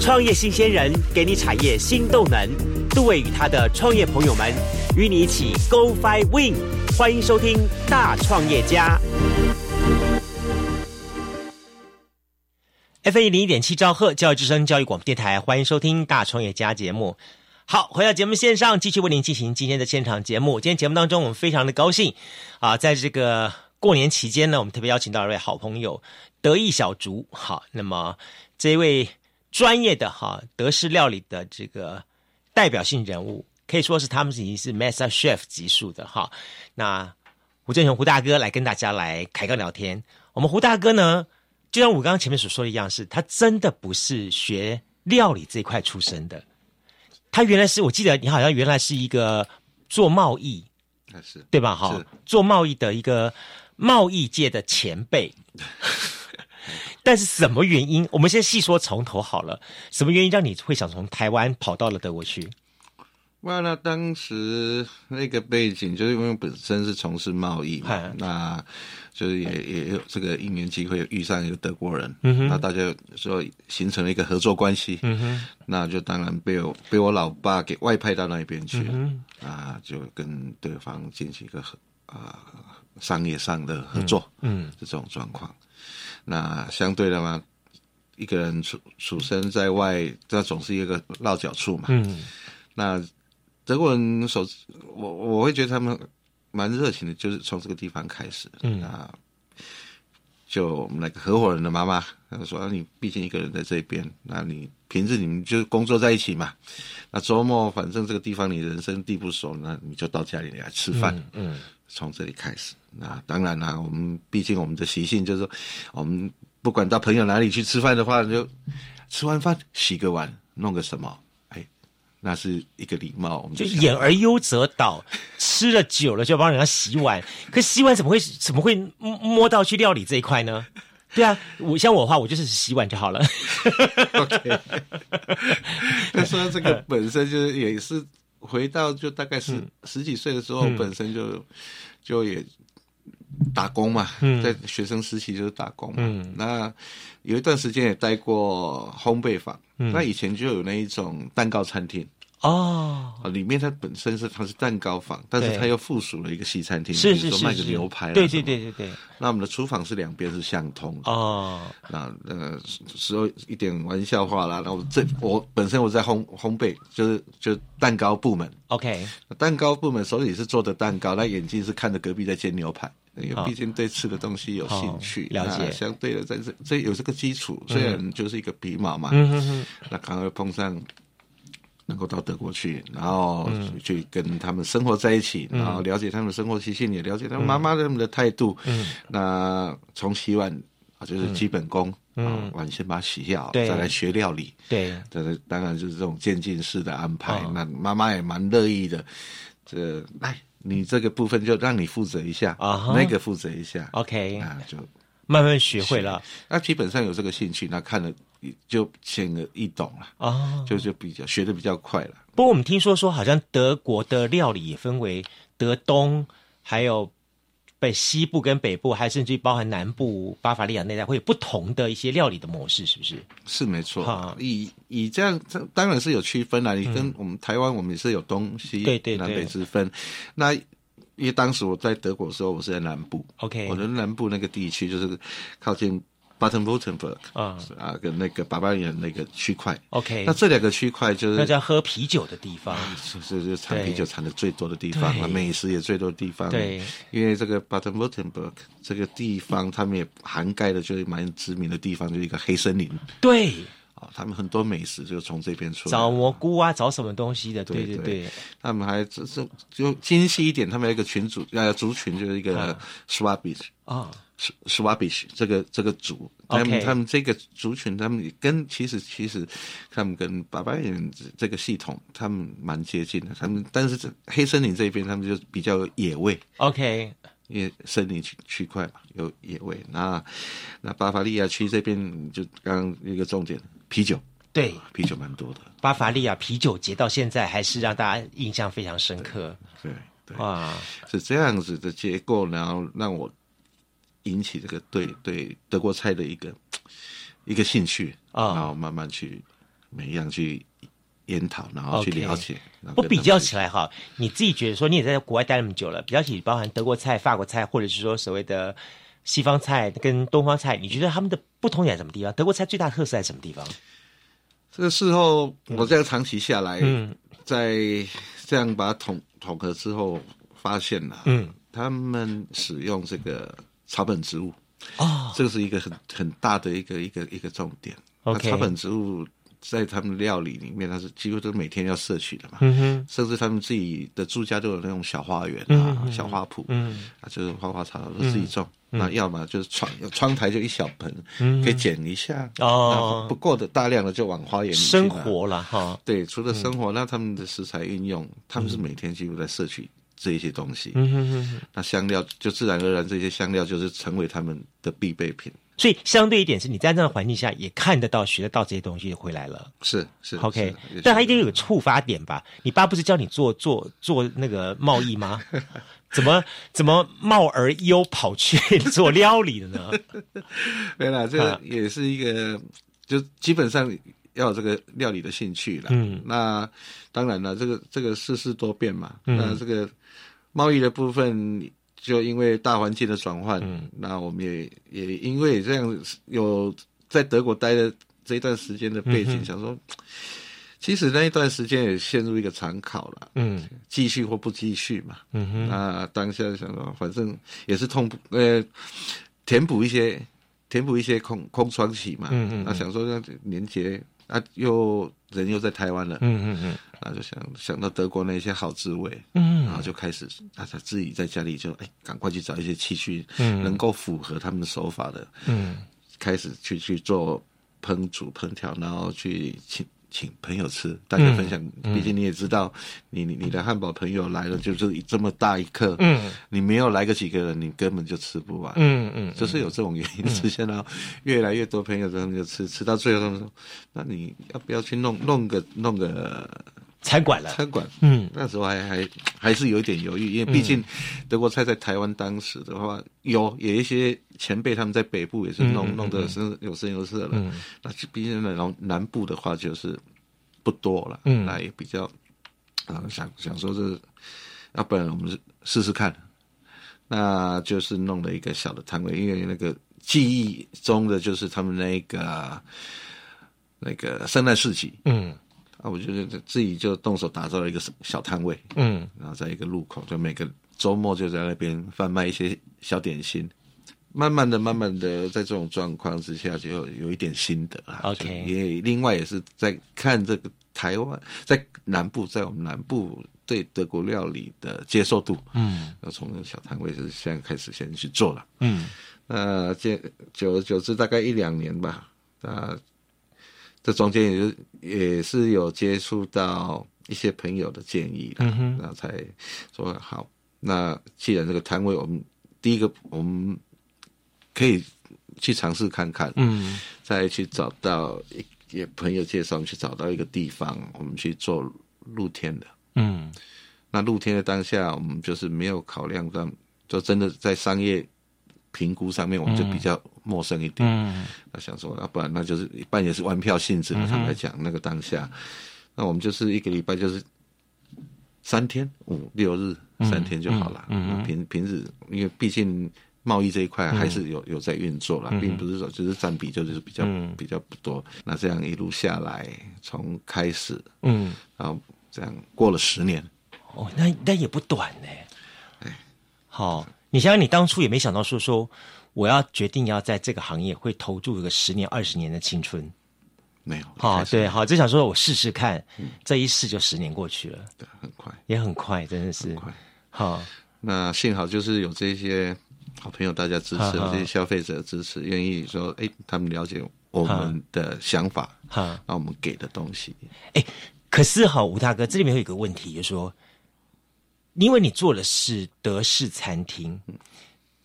N: 创业新鲜人给你产业新动能，杜伟与他的创业朋友们与你一起 Go Fly Win，欢迎收听《大创业家》。
B: F 一零一点七兆赫教育之声教育广播电台，欢迎收听《大创业家》节目。好，回到节目线上，继续为您进行今天的现场节目。今天节目当中，我们非常的高兴啊，在这个过年期间呢，我们特别邀请到一位好朋友得意小竹。好，那么这一位。专业的哈德式料理的这个代表性人物，可以说是他们已经是 Master Chef 级数的哈。那胡振雄胡大哥来跟大家来开个聊天。我们胡大哥呢，就像我刚刚前面所说的一样，是他真的不是学料理这一块出身的。他原来是我记得你好像原来是一个做贸易，
C: 是
B: 对吧？哈，做贸易的一个贸易界的前 辈。但是什么原因？我们先细说从头好了。什么原因让你会想从台湾跑到了德国去？
C: 哇，那当时那个背景，就是因为本身是从事贸易嘛，那就是也也有这个因缘机会遇上一个德国人，
B: 嗯、
C: 那大家说形成了一个合作关系，
B: 嗯、
C: 那就当然被我被我老爸给外派到那边去，
B: 嗯、
C: 啊，就跟对方进行一个合啊、呃、商业上的合作，
B: 嗯，
C: 是这种状况。那相对的嘛，一个人处处身在外，这总是一个落脚处嘛，
B: 嗯，
C: 那。德国人手，我我会觉得他们蛮热情的，就是从这个地方开始。
B: 嗯
C: 啊，就我们那个合伙人的妈妈，她说：“啊、你毕竟一个人在这边，那你平日你们就工作在一起嘛，那周末反正这个地方你人生地不熟，那你就到家里来吃饭。
B: 嗯”嗯，
C: 从这里开始。那当然啦、我们毕竟我们的习性就是说，我们不管到朋友哪里去吃饭的话，就吃完饭洗个碗，弄个什么。哎那是一个礼貌，我们
B: 就
C: 想
B: 演而优则 导，吃了久了就要帮人家洗碗，可洗碗怎么会怎么会摸摸到去料理这一块呢？对啊，我像我的话，我就是洗碗就好了。
C: OK，那 说到这 个本身就是也是回到就大概十、十几岁的时候，
B: 嗯
C: 本身就就也打工嘛，
B: 嗯
C: 在学生时期就是打工嘛。
B: 嗯
C: 那有一段时间也待过烘焙坊，
B: 嗯
C: 那以前就有那一种蛋糕餐厅。
B: 哦，
C: 啊，里面它本身是它是蛋糕坊，但是
B: 对
C: 它又附属了一个西餐厅，
B: 是
C: 比
B: 是
C: 如
B: 是
C: 说
B: 是，
C: 卖个牛排啦啊
B: 对
C: 什
B: 对
C: 么
B: 对对对，
C: 那我们的厨房是两边是相通的
B: 哦，
C: 那呃，时候一点玩笑话啦。那我这我本身我在烘烘焙，就是就是蛋糕部门，
B: ，OK，
C: 蛋糕部门手里是做的蛋糕，那眼睛是看着隔壁在煎牛排，因为
B: 好
C: 毕竟对吃的东西有兴趣。
B: 啊好了解
C: 那相对的，在这这有这个基础，虽然就是一个皮毛嘛，
B: 嗯哼哼，
C: 那刚好碰上能够到德国去，然后
B: 嗯
C: 去跟他们生活在一起，然后了解他们的生活习性，也了解他们妈妈他们的态度。
B: 嗯
C: 那从洗碗啊，就是基本功，
B: 嗯
C: 啊碗先把它洗好，
B: 对
C: 再来学料理。
B: 对，
C: 这个当然就是这种渐进式的安排。
B: 哦
C: 那妈妈也蛮乐意的，这来你这个部分就让你负责一下，
B: 啊哈
C: 那个负责一下
B: OK
C: 那就
B: 慢慢学会了
C: 那基本上有这个兴趣，那看了就显而易懂了，
B: 哦。
C: 就就比较学的比较快了。
B: 不过我们听说说，好像德国的料理也分为德东，还有北西部跟北部，还甚至于包含南部巴伐利亚那带，会有不同的一些料理的模式，是不是？
C: 是没错
B: 好，嗯
C: 以以这样，这当然是有区分啦。你跟我们台湾，我们也是有东西
B: 对对对
C: 南北之分。那因为当时我在德国的时候，我是在南部
B: OK
C: 我的南部那个地区就是靠近 Baden-Württemberg
B: 嗯
C: 啊，跟那个巴巴利亚那个区块。
B: 哦 OK
C: 那这两个区块就是
B: 那叫喝啤酒的地方。
C: 是是是产
B: 对
C: 啤酒产的最多的地方嘛，
B: 对
C: 美食也最多的地方。
B: 对，
C: 因为这个 Baden-Württemberg 这个地方，他们也涵盖的就是蛮知名的地方，就是一个黑森林。
B: 对，
C: 啊，他们很多美食就从这边出来。
B: 找蘑菇啊，找什么东西的？对
C: 对
B: 对，
C: 他们还这这就精细一点，他们有一个群组呃族群就是一个 Swabish
B: 啊，
C: s w a b i s h 这个这个族，他
B: OK
C: 们他们这个族群，他们跟其实其实他们跟巴巴人这个系统，他们蛮接近的。他们但是这黑森林这边，他们就比较有野味，
B: OK，
C: 因为森林区区块嘛，有野味。那那巴伐利亚区这边就刚刚一个重点，啤酒，
B: 对，
C: 啤酒蛮多的，
B: 巴伐利亚啤酒节到现在还是让大家印象非常深刻
C: 对对。
B: 哇。
C: 是这样子的结构，然后让我引起这个对对德国菜的一个一个兴趣
B: 啊
C: 然后慢慢去每一样去研讨，然后去
B: OK
C: 了解。然后
B: 不
C: 跟
B: 比
C: 他们
B: 较起来哈，你自己觉得说你也在国外待那么久了，比较起包含德国菜、法国菜，或者是说所谓的西方菜跟东方菜，你觉得他们的不同点在什么地方？德国菜最大特色在什么地方？
C: 这个事后，我这样长期下来，
B: 嗯
C: 在这样把它统统合之后，发现了、
B: 嗯，
C: 他们使用这个草本植物，
B: 哦，
C: 这个是一个很很大的一个一个一个重点。
B: OK
C: 那草本植物在他们料理里面，它是几乎都每天要摄取的嘛。
B: 嗯哼，
C: 甚至他们自己的住家都有那种小花园啊、
B: 嗯嗯
C: 小花圃，
B: 嗯
C: 啊，就是花花草草都自己种。那要么就是窗有窗台就一小盆，
B: 嗯
C: 可以剪一下
B: 哦
C: 那不够的大量的就往花园里去
B: 生
C: 拿
B: 活嗯了哈，
C: 对，除了生活，那他们的食材运用，他们是每天几乎在摄取这一些东西。
B: 嗯哼哼哼，
C: 那香料就自然而然，这些香料就是成为他们的必备品。
B: 所以相对一点是，你在那样的环境下也看得到、学得到这些东西回来了。
C: 是是
B: ，OK，
C: 是
B: 但他一定有个触发点吧？你爸不是叫你做做做那个贸易 吗？怎么怎么冒而忧跑去 做料理的呢？
C: 对啦，这个也是一个，就基本上要有这个料理的兴趣了。嗯，那当然了，这个这个世事多变嘛。嗯、那这个贸易的部分。就因为大环境的转换，嗯、那我们也也因为这样有在德国待的这一段时间的背景，嗯、想说，其实那一段时间也陷入一个常考了，嗯，继续或不继续嘛，嗯哼，那当下想说，反正也是痛，呃，填补一些填补一些空空窗期嘛，嗯嗯，那想说那年节啊，又人又在台湾了，嗯嗯嗯，那就想想到德国那些好滋味，嗯，然后就开始，那他自己在家里就哎，赶快去找一些器具，嗯，能够符合他们手法的，嗯，开始去去做烹煮烹调，然后去请请朋友吃，大家分享。嗯、毕竟你也知道，你你你的汉堡朋友来了，就是这么大一克，嗯，你没有来个几个人，你根本就吃不完，嗯嗯，嗯就是有这种原因出现，然后越来越多朋友他们就吃，吃到最后他们说，那你要不要去弄弄个弄个？
B: 餐馆了，
C: 餐馆，嗯，那时候还还还是有一点犹豫，因为毕竟德国菜在台湾当时的话，有有一些前辈他们在北部也是弄、嗯嗯嗯、弄嗯得是有声有色了，那毕竟南南部的话就是不多了，那也比较啊想想说这，要不然我们试试看，那就是弄了一个小的摊位，因为那个记忆中的就是他们那个那个圣诞市集，嗯。啊，我就是自己就动手打造了一个小摊位，嗯，然后在一个路口，就每个周末就在那边贩卖一些小点心。慢慢的、慢慢的，在这种状况之下，就有一点心得啦。
B: OK，
C: 也另外也是在看这个台湾，在南部，在我们南部对德国料理的接受度，嗯，要从那个小摊位是现在开始先去做了，嗯，那这久而久之，大概一两年吧，那。这中间也是也是有接触到一些朋友的建议啦，嗯、那才说好。那既然这个摊位，我们第一个我们可以去尝试看看，嗯，再去找到也朋友介绍，我们去找到一个地方，我们去做露天的，嗯。那露天的当下，我们就是没有考量到，就真的在商业。评估上面我们就比较陌生一点，嗯嗯、那想说，要、啊、不然那就是一半也是玩票性质嘛。坦白讲，那个当下，那我们就是一个礼拜就是三天，五六日三天就好了。嗯、平平日，因为毕竟贸易这一块还是有有在运作了，并不是说就是占比就是比较比较不多。那这样一路下来，从开始，嗯，然后这样过了十年，
B: 哦，那那也不短呢、欸。哎，好。你想想，你当初也没想到说说我要决定要在这个行业会投注个十年二十年的青春，
C: 没有
B: 好对好，就想说我试试看，嗯、这一试就十年过去了，
C: 对，很快
B: 也很快，真的是
C: 快
B: 好。
C: 那幸好就是有这些好朋友大家支持，这些消费者支持，愿意说哎，他们了解我们的想法，哈，那我们给的东西。
B: 哎，可是哈，吴大哥，这里面有一个问题，就是说。因为你做的是德式餐厅，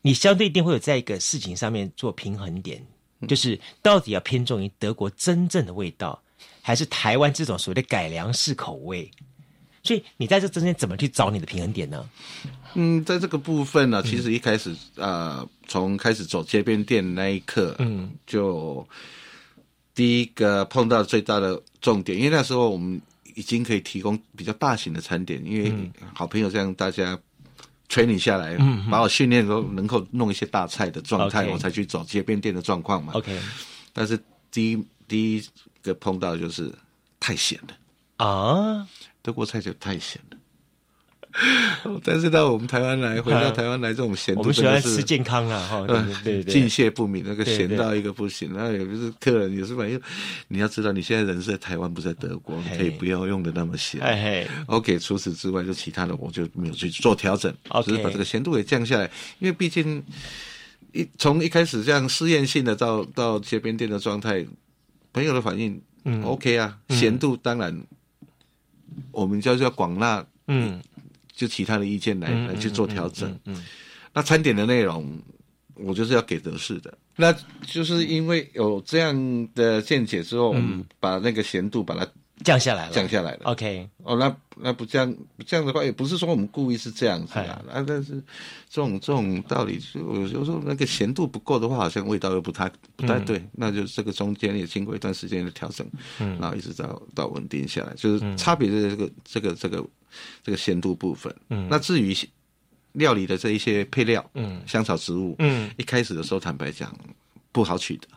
B: 你相对一定会有在一个事情上面做平衡点，
C: 嗯
B: 就是到底要偏重于德国真正的味道，还是台湾这种所谓的改良式口味？所以你在这中间怎么去找你的平衡点呢？
C: 嗯，在这个部分呢、啊，其实一开始啊、嗯呃，从开始走街边店那一刻，嗯，就第一个碰到最大的重点，因为那时候我们。已经可以提供比较大型的餐点，因为好朋友这样大家 training 下来，嗯、把我训练都能够弄一些大菜的状态，我才去走街边店的状况嘛。
B: OK，
C: 但是第一第一个碰到就是太咸了
B: 啊，
C: 德国菜就太咸了。 但是到我们台湾来，回到台湾来，这种咸度
B: 啊我们喜欢吃健康啊，哈，对对对，
C: 呃敬谢不敏，那个咸到一个不行。那有就是客人也是反映，你要知道你现在人是在台湾，不在德国，你可以不要用的那么咸。OK，除
B: 哎
C: 此之外，就其他的我就没有去做调整，只是把这个咸度给降下来，因为毕竟一从一开始这样试验性的到到街边店的状态，朋友的反应，OK 啊，咸度当然我们就是要广纳，嗯。就其他的意见来来去做调整。嗯，嗯嗯嗯那餐点的内容，我就是要给德式的。那就是因为有这样的见解之后，我们把那个咸度把它
B: 降下来了，
C: 降下来了。
B: OK，
C: 哦，那那不这样这样的话，也不是说我们故意是这样子啦。啊，但是这种这种道理，有时候那个咸度不够的话，好像味道又不太不太对。那就这个中间也经过一段时间的调整，嗯，然后一直到到稳定下来，就是差别的这个这个这个这个咸度部分。嗯，那至于。料理的这一些配料，嗯，香草植物，嗯，一开始的时候，坦白讲，不好取得。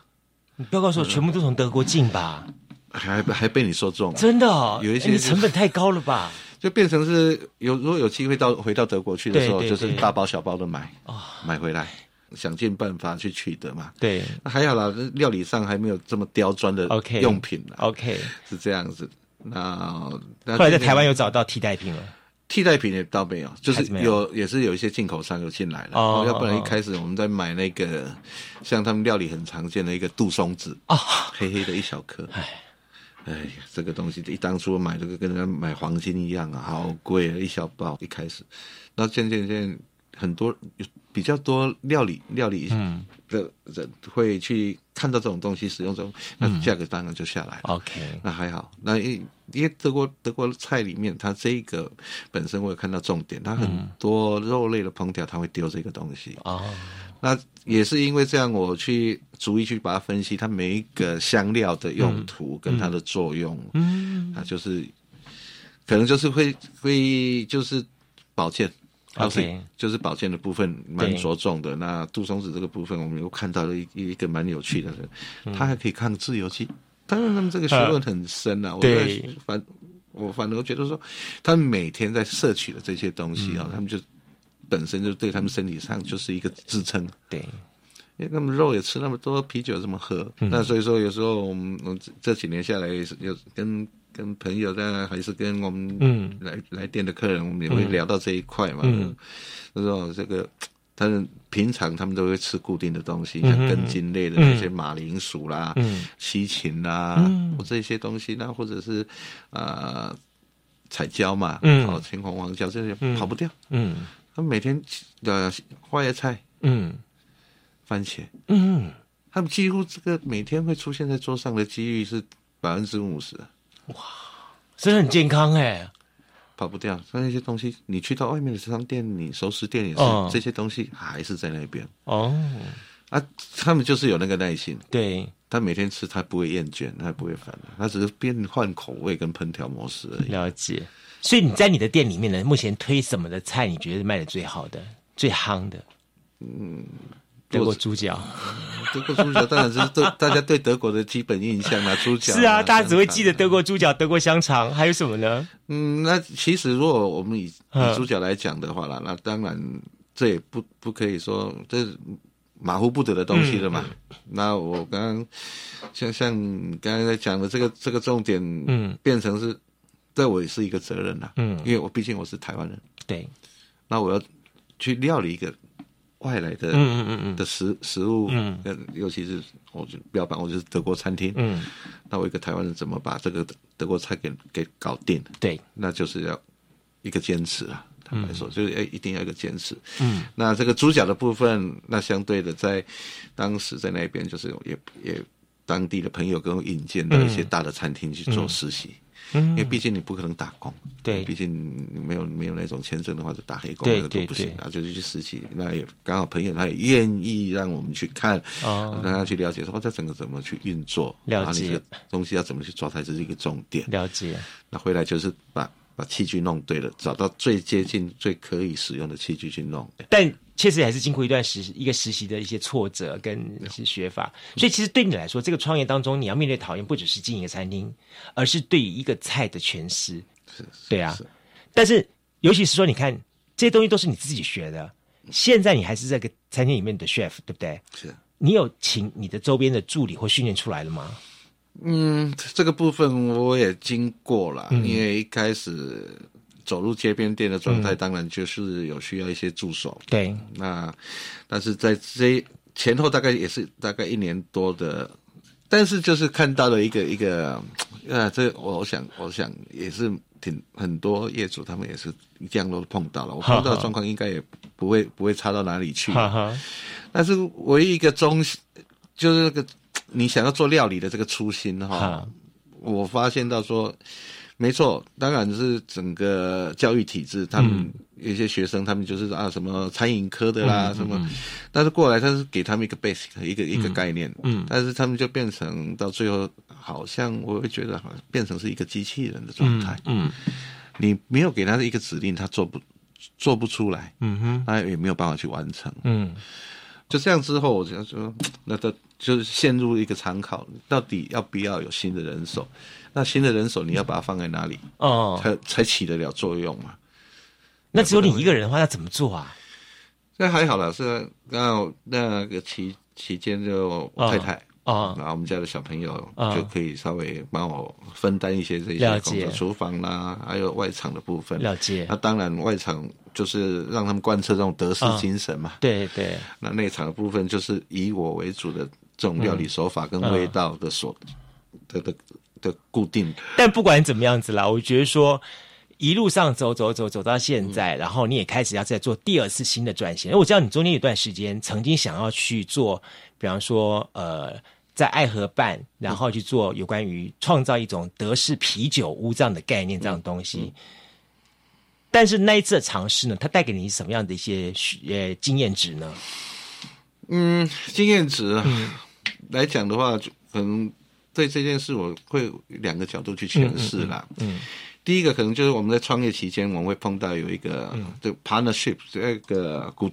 B: 你不要告诉我全部都从德国进吧？
C: 还还被你说 中了，
B: 真的、哦，
C: 有一些、就是
B: 欸、成本太高了吧？
C: 就变成是有如果有机会到回到德国去的时候，對對對就是大包小包的买，哦、买回来。想尽办法去取得嘛？
B: 对，
C: 还好啦，料理上还没有这么刁钻的用品啦。
B: OK，, okay
C: 是这样子。那
B: 哦后来在台湾有找到替代品了。
C: 替代品也倒没有，就是有也是有一些进口商有进来了，哦，要不然一开始我们在买那个，像他们料理很常见的一个杜松子啊，黑黑的一小颗，哎，哎呀，这个东西一当初买这个跟人家买黄金一样啊，好贵啊，一小包一开始，那渐渐渐很多比较多料理料理的人会去看到这种东西使用中，那价格当然就下来了。
B: OK，
C: 那还好，那因因为德国德国菜里面，它这个本身我有看到重点，它很多肉类的烹调，它会丢这个东西。嗯哦、嗯，那也是因为这样，我去逐一去把它分析，它每一个香料的用途跟它的作用。嗯，那、嗯、就是可能就是会会就是保健。
B: OK，
C: 就是保健的部分蛮着重的。那杜松子这个部分，我们又看到了一一个蛮有趣的，它还可以抗自由基。当然，他们这个学问很深啊。呃、
B: 对，
C: 我反我反而觉得说，他们每天在摄取的这些东西啊，嗯、他们就本身就对他们身体上就是一个支撑。
B: 对，
C: 因为他们肉也吃那么多，啤酒这么喝，嗯、那所以说有时候我们我这几年下来也是有跟。跟朋友，当然还是跟我们来、嗯、来电的客人，我们也会聊到这一块嘛。那种、嗯、这个，但是平常他们都会吃固定的东西，像根茎类的那些马铃薯啦、嗯、西芹啦，或这些东西，那或者是呃彩椒嘛，哦青红黄椒这些跑不掉。嗯，他们每天呃花椰菜，嗯，番茄，嗯，他们几乎这个每天会出现在桌上的几率是百分之五十。
B: 哇，真的很健康哎、欸，
C: 跑不掉。那那些东西，你去到外面的商店，你熟食店也是，哦、这些东西还是在那边哦。啊，他们就是有那个耐心，
B: 对
C: 他每天吃，他不会厌倦，他不会烦，他只是变换口味跟烹调模式而已。
B: 了解。所以你在你的店里面呢，目前推什么的菜，你觉得卖的最好的、最夯的？嗯。德国猪脚，
C: 德国猪脚当然是对大家对德国的基本印象啊，猪脚、啊、
B: 是啊，大家只会记得德国猪脚、德国香肠，还有什么呢？
C: 嗯，那其实如果我们以以猪脚来讲的话啦，那当然这也不不可以说这马虎不得的东西了嘛。嗯、那我刚刚像像你刚刚在讲的这个这个重点，嗯，变成是对我也是一个责任啦，嗯，因为我毕竟我是台湾人，
B: 对，
C: 那我要去料理一个。外来的嗯嗯嗯的食食物，嗯，尤其是我就标榜我就是德国餐厅，嗯，那我一个台湾人怎么把这个德国菜给给搞定？
B: 对，
C: 那就是要一个坚持啊，坦白说，嗯、就是要一定要一个坚持。嗯，那这个猪脚的部分，那相对的在当时在那边就是也也当地的朋友跟我引荐到一些大的餐厅去做实习。嗯嗯嗯因为毕竟你不可能打工，
B: 对，
C: 毕竟没有没有那种签证的话，就打黑工那个都不行啊，就是去实习。那也刚好朋友他也愿意让我们去看，让他去了解说这整个怎么去运作，
B: 了解
C: 东西要怎么去抓才是一个重点。
B: 了解。
C: 那回来就是把把器具弄对了，找到最接近、最可以使用的器具去弄。
B: 但确实还是经过一段实一个实习的一些挫折跟一些学法，所以其实对你来说，这个创业当中你要面对讨厌，不只是经营一个餐厅，而是对一个菜的诠释，对啊。但是尤其是说，你看这些东西都是你自己学的，现在你还是这个餐厅里面的 chef，对不对？
C: 是。
B: 你有请你的周边的助理或训练出来了吗？
C: 嗯，这个部分我也经过了，嗯、因为一开始。走入街边店的状态，当然就是有需要一些助手。
B: 嗯、对，
C: 那但是在这前后大概也是大概一年多的，但是就是看到了一个一个，啊，这我想我想也是挺很多业主他们也是这样都碰到了，我碰到的状况应该也不会不会差到哪里去。
B: 啊哈哈
C: 但是唯一一个中心就是那个你想要做料理的这个初心哈，我发现到说，没错，当然是整个教育体制，他们有些学生他们就是啊什么餐饮科的啦什么，但是过来他是给他们一个 basic 一个一个概念，嗯，但是他们就变成到最后好像我会觉得好像变成是一个机器人的状态，嗯，你没有给他一个指令，他做不。做不出来，嗯哼，那也没有办法去完成，嗯，就这样之后，我就说，那他就是陷入一个参考，到底要不要有新的人手？那新的人手你要把它放在哪里？哦，才才起得了作用嘛？
B: 那只有你一个人的话，要怎么做啊？
C: 那还好了，是那那个期期间就我太太啊，然后我们家的小朋友就可以稍微帮我分担一些这些工作，厨房啦，还有外场的部分。
B: 了解。
C: 那当然外场。就是让他们贯彻这种德式精神嘛。嗯、
B: 对对。
C: 那内场的部分就是以我为主的这种料理手法跟味道的所、嗯嗯、的的的固定。
B: 但不管怎么样子啦，我觉得说一路上走走走走到现
C: 嗯
B: 在，然后你也开始要再做第二次新的转型。我知道你中间有段时间曾经想要去做，比方说呃，在爱河办，然后去做有关于创造一种德式啤酒屋这样的概
C: 嗯
B: 念，这样的东西。但是那一次的尝试呢，它带给你什么样的一些呃经验值呢？
C: 嗯，经验值、啊嗯、来讲的话，可能对这件事我会两个角度去诠释啦。嗯，嗯嗯第一个可能就是我们在创业期间，我们会碰到有一个就 partnership 这个股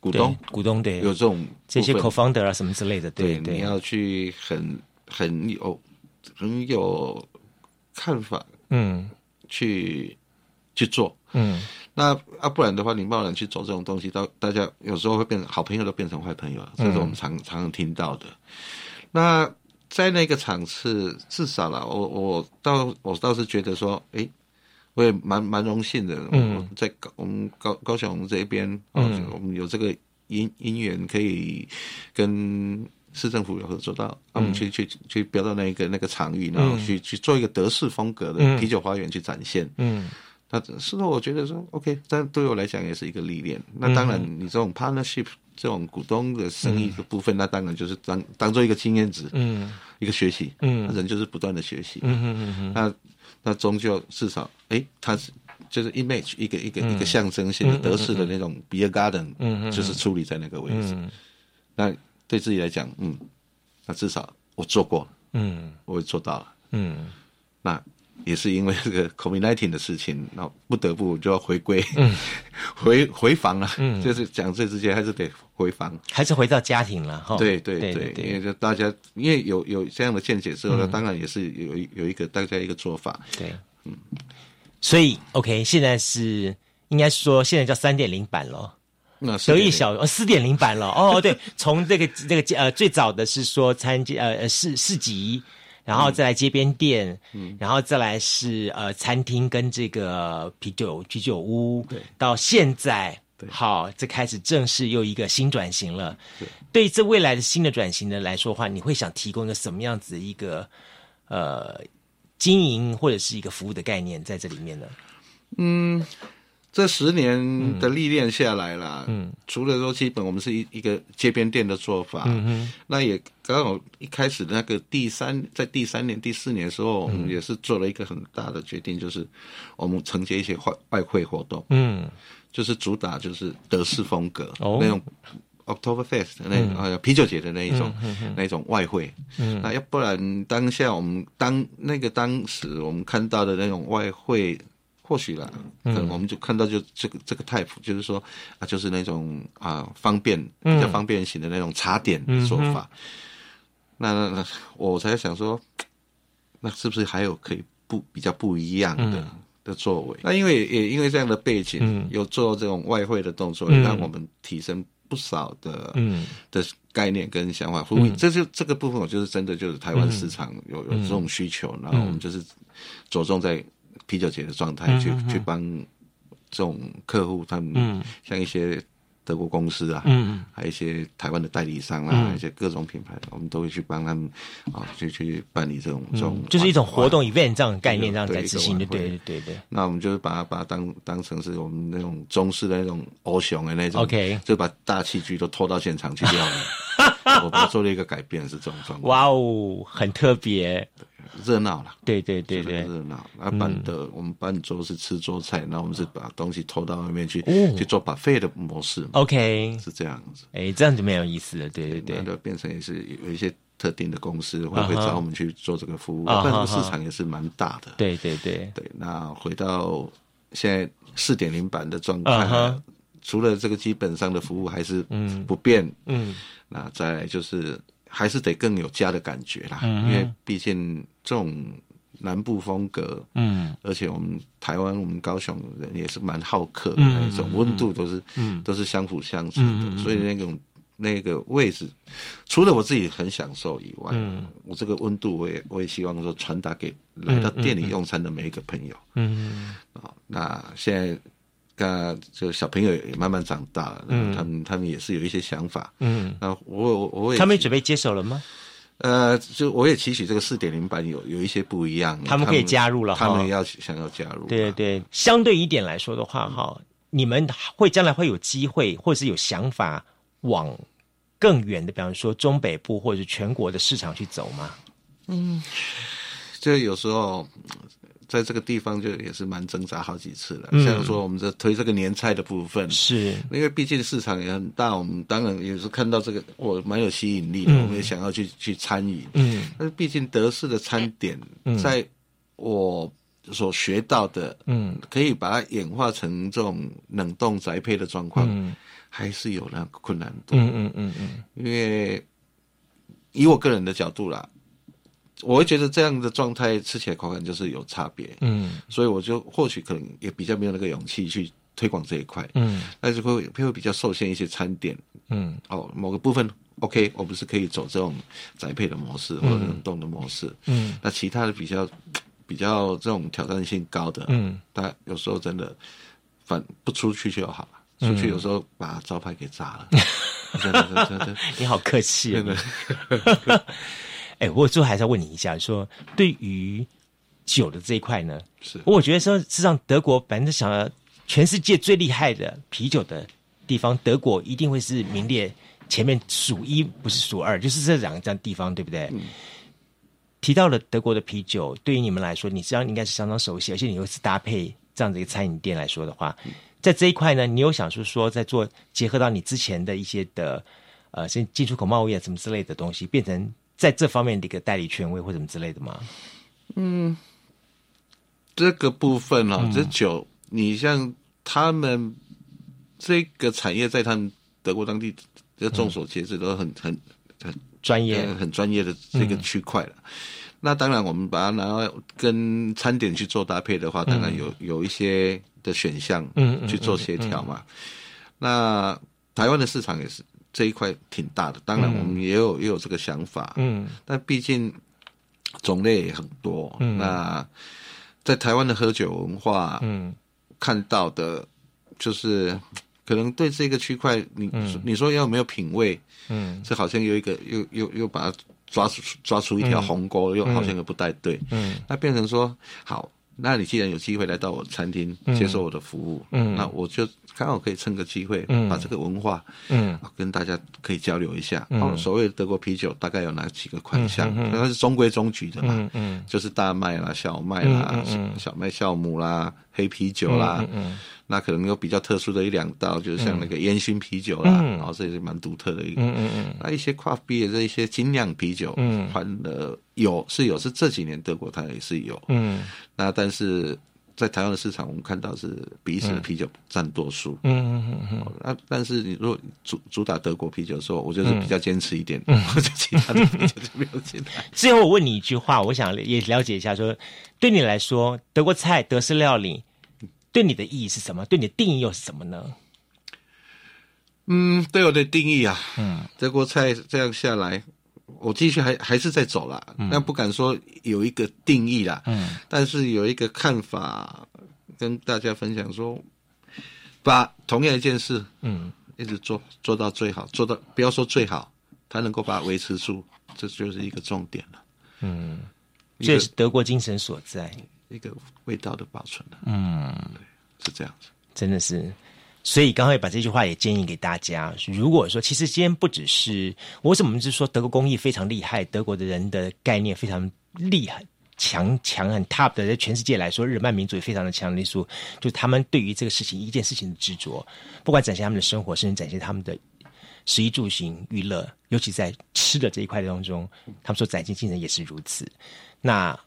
C: 股东
B: 股东对
C: 有这种
B: 这些 co-founder 啊什么之类的，对
C: 对，你要去很很有很有看法，嗯，去。去做，嗯，那啊，不然的话，你贸然去走这种东西，到大家有时候会变成好朋友都变成坏朋友了，这是我们常、嗯、常常听到的。那在那个场次，至少啦，我我倒我倒是觉得说，哎、欸，我也蛮蛮荣幸的，嗯，在高我们高高雄这边，嗯，我们有这个因因缘可以跟。市政府有合作到，啊我们去去去标到那个那个场域，然后去去做一个德式风格的啤酒花园去展现，嗯。嗯那事后我觉得说，OK，但对我来讲也是一个历练。那当然，你这种 partnership 这种股东的生意的部嗯分，嗯、那当然就是当当做一个经验值，嗯，一个学习，嗯，人就是不断的学习，嗯嗯嗯那那终究至少，哎，它是就是 image 一个一个、嗯、一个象征性的德式的那种 beer garden，嗯，就是处理在那个位置。嗯、那对自己来讲，嗯，那至少我做过，嗯，我也做到了，嗯，那。也是因为这个 COVID-19 的事情，然后不得不就要回归，嗯、 回回防了。嗯、就是讲这之前还是得回防，
B: 还是回到家庭了哈。
C: 对哦对对，对对对因为就大家因为有有这样的见解之后呢，嗯、当然也是有有一个大家一个做法。
B: 对，嗯，所以 OK，现在是应该说现在叫三点零版了。
C: 那
B: 德意小哦四点零版了 哦，对，从这个这个呃最早的是说参加呃市市集。然
C: 嗯
B: 后再来街边店，嗯、然后再来是呃餐厅跟这个啤酒啤酒屋，到现在好，这开始正式又一个新转型了。对，对于这未来的新的转型呢来说的话，你会想提供一个什么样子的一个呃经营或者是一个服务的概念在这里面呢？
C: 嗯，这十年的历练下来啦，嗯，除了说基本我们是一一个街边店的做法，嗯嗯，那也。刚好一开始那个第三，在第三年、第四年的时候，我们也是做了一个很大的决定，就是我们承接一些外外汇活动，嗯，就是主打就是德式风格那种 October Fest 那呃啤酒节的那一种那一种外汇，那要不然当下我们当那个当时我们看到的那种外汇，或许啦，可能我们就看到就这个这个 type，就是说啊，就是那种啊方便比较方便型的那种茶点做法。那那那，我才想说，那是不是还有可以不比较不一样的、嗯、的作为？那因为也因为这样的背景，嗯、有做这种外汇的动作，嗯、让我们提升不少的
B: 嗯
C: 的概念跟想法。呼应这就这个部分，我就是真的就是台湾市场有
B: 嗯
C: 有这种需求，然后我们就是着重在啤
B: 嗯
C: 酒节的状态去去帮这种客户他们，像一些。德国公司啊，
B: 嗯，
C: 还有一些台湾的代理商
B: 嗯
C: 啊，还有一些各种品牌，我们都会去帮他们啊，去去办理这种这种
B: 嗯，就是一种活动
C: 晚
B: event 这样的概念，
C: 对
B: 这样在
C: 对
B: 执行的，
C: 一个晚
B: 对
C: 会
B: 对对对。
C: 那我们就是把它把它当当成是我们那种中式的那种欧熊的那种
B: OK
C: 就把大器具都拖到现场去料 理。我把它做了一个改变，是这种状况，
B: 哇哦，很特别，
C: 热闹了。
B: 对对对
C: 就是
B: 对，嗯
C: 热闹。那办的、我们办桌是吃桌菜，那我们是把东西拖到外面去、
B: 哦
C: 去做把费的模式嘛
B: OK，
C: 是这样子。
B: 哎，这样就没有意思了，对对
C: 那
B: 对，
C: 就变成也是有一些特定的公司会
B: 啊哈
C: 会找我们去做这个服务，
B: 啊哈
C: 那、这个市场也是蛮大的。
B: 对对对，
C: 对，那回到现在四点零版的状态。
B: 啊哈
C: 除了这个基本上的服务还是
B: 嗯
C: 不变，
B: 嗯
C: 那再来就是还是得更有家的感觉啦，
B: 嗯哼
C: 因为毕竟这种南部风格，
B: 嗯，
C: 而且我们台湾我们高雄人也是蛮好客的
B: 嗯
C: 那一种，
B: 嗯
C: 温度都是、
B: 嗯
C: 都是相辅相成的，
B: 嗯嗯嗯
C: 所以那种那个位置，除了我自己很享受以外，
B: 嗯
C: 我这个温度我也我也希望说传达给来到店里用餐的每一个朋友。
B: 嗯
C: 啊，那现在。那就小朋友也慢慢长大了，
B: 嗯
C: 那他们他们也是有一些想法，
B: 嗯，
C: 那我我我也
B: 他们准备接手了吗？
C: 呃，就我也期许这个四点零版有有一些不一样，
B: 他们可以加入了
C: 他
B: 哈
C: 们要想要加入，啊
B: 对对，相对一点来说的话，哈，你们会将来会有机会，或者是有想法往更远的，比方说中北部或者是全国的市场去走吗？
C: 就有时候嗯在这个地方就也是蛮挣扎好几次了。
B: 嗯
C: 像说我们这推这个年菜的部分，
B: 是，
C: 因为毕竟市场也很大，我们当然也是看到这个我蛮有吸引力的，
B: 嗯
C: 我们也想要去去参与。
B: 嗯
C: 但是毕竟德式的餐点
B: 嗯，
C: 在我所学到的，
B: 嗯
C: 可以把它演化成这种冷冻宅配的状况，
B: 嗯
C: 还是有那个困难度。
B: 嗯嗯嗯嗯，
C: 因为以我个人的角度啦，我会觉得这样的状态吃起来口感就是有差别，
B: 嗯
C: 所以我就或许可能也比较没有那个勇气去推广这一块，
B: 嗯
C: 但是会会比较受限一些餐点
B: 嗯
C: 哦，某个部分 OK，我们是可以走这种宅配的模式或者冷冻的模式，
B: 嗯
C: 那其他的比较比较这种挑战性高的，
B: 嗯，
C: 但有时候真的反不出去就好了。
B: 嗯
C: 出去有时候把招牌给砸了， 真的真的真的
B: 你好客气
C: 真的
B: 哦。 哎，我最后还是要问你一下，说对于酒的这一块呢，
C: 是
B: 我觉得说，事实上德国反正想要全世界最厉害的啤酒的地方，德国一定会是名列前面数一，不是数二，就是这两个这样地方，对不对？提到了德国的啤酒，对于你们来说，你实际上应该是相当熟悉，而且你又是搭配这样的一个餐饮店来说的话，在这一块呢，你有想说说在做结合到你之前的一些的呃，像进出口贸易啊什么之类的东西，变成在这方面的一个代理权威或什么之类的吗？
C: 这个部分哦，这酒，你像他们这个产业，在他们德国当地，这众所皆知，都很很很
B: 专业嗯
C: 呃很专业的这个区块了。那当然，我们把它拿到跟餐点去做搭配的话，当然有有一些的选项
B: 嗯嗯嗯嗯
C: 去做协调嘛。那台湾的市场也是这一块挺大的，当然我们也有也有这个想法，
B: 嗯
C: 但毕竟种类也很多。
B: 嗯
C: 那在台湾的喝酒文化
B: 嗯
C: 看到的，就是可能对这个区块，你、你说要有没有品味，
B: 嗯
C: 这好像有一个又又又把它抓出抓出一条鸿沟，又好像又不太对。
B: 嗯
C: 那变成说，好，那你既然有机会来到我餐厅
B: 嗯
C: 接受我的服务，
B: 嗯
C: 那我就刚好可以趁个机会
B: 嗯
C: 把这个文化。
B: 嗯
C: 啊跟大家可以交流一下。
B: 嗯
C: 哦，所谓的德国啤酒大概有哪几个款项？
B: 嗯嗯嗯
C: 它是中规中矩的嘛，
B: 嗯嗯
C: 就是大麦啦、小麦啦、
B: 嗯嗯嗯
C: 小麦酵母啦、黑啤酒啦。
B: 嗯嗯
C: 那可能有比较特殊的一两道，就是像那个烟熏啤酒啦，
B: 嗯
C: 然后这也是蛮独特的一个。
B: 嗯嗯
C: 那一些跨啤的这一些精酿啤酒，
B: 嗯
C: 反呃有是有，是这几年德国它也是有。
B: 嗯
C: 那但是在台湾的市场，我们看到是比此啤酒占多数。
B: 嗯嗯
C: 哦那但是你如果主主打德国啤酒的时候，我
B: 嗯
C: 就是比较坚持一点， 我就其他的啤酒就没有进来。
B: 最后我问你一句话，我想也了解一下说对你来说，德国菜、德式料理对你的意义是什么？对你的定义又是什么呢？
C: 嗯，对我的定义啊，
B: 嗯
C: 德国菜这样下来，我继续还还是在走啦，但不敢说有一个定义啦，
B: 嗯
C: 但是有一个看法跟大家分享说，把同样一件事
B: 嗯
C: 一直做做到最好，做到不要说最好，他能够把它维持住，这就是一个重点了。
B: 嗯，这也是德国精神所在，
C: 一个味道的保存了。嗯，是这样子，
B: 真的是。所以刚才把这句话也建议给大家。如果说，其实今天不只是我为什么我们是说德国工艺非常厉害，德国的人的概念非常厉害。强强很 top 的，在全世界来说，日漫民族也非常的强烈说，就是他们对于这个事情一件事情的执着，不管展现他们的生活，甚至展现他们的食衣住行娱乐，尤其在吃的这一块当中，他们所展现精神也是如此。那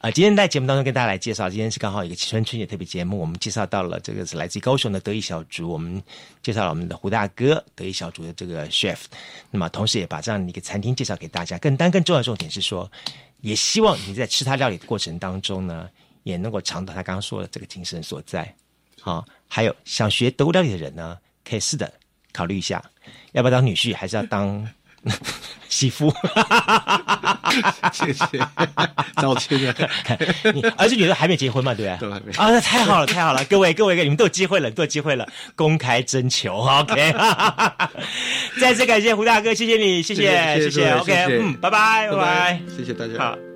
B: 呃，今天在节目当中跟大家来介绍，今天是刚好一个春春节特别节目，我们介绍到了这个是来自高雄的德意小竹，我们介绍了我们的胡大哥德意小竹的这个 chef，那么同时也把这样的一个餐厅介绍给大家。更但更重要的重点是说，也希望你在吃他料理的过程当中呢，也能够尝到他刚刚说的这个精神所在。好、哦，还有想学德国料理的人呢，可以试着考虑一下，要不要当女婿，还是要当媳妇，
C: 谢谢， 道歉了。
B: 你而且女的还没结婚嘛，对不
C: 对？都还没
B: 啊，那太好了，太好了，各位各位各位，你们都有机会了，都有机会了，公开征求，OK。再次感谢胡大哥，谢谢你，谢
C: 谢
B: 谢
C: 谢谢
B: ，OK，嗯，拜拜拜拜，
C: 谢谢大家。
B: 好。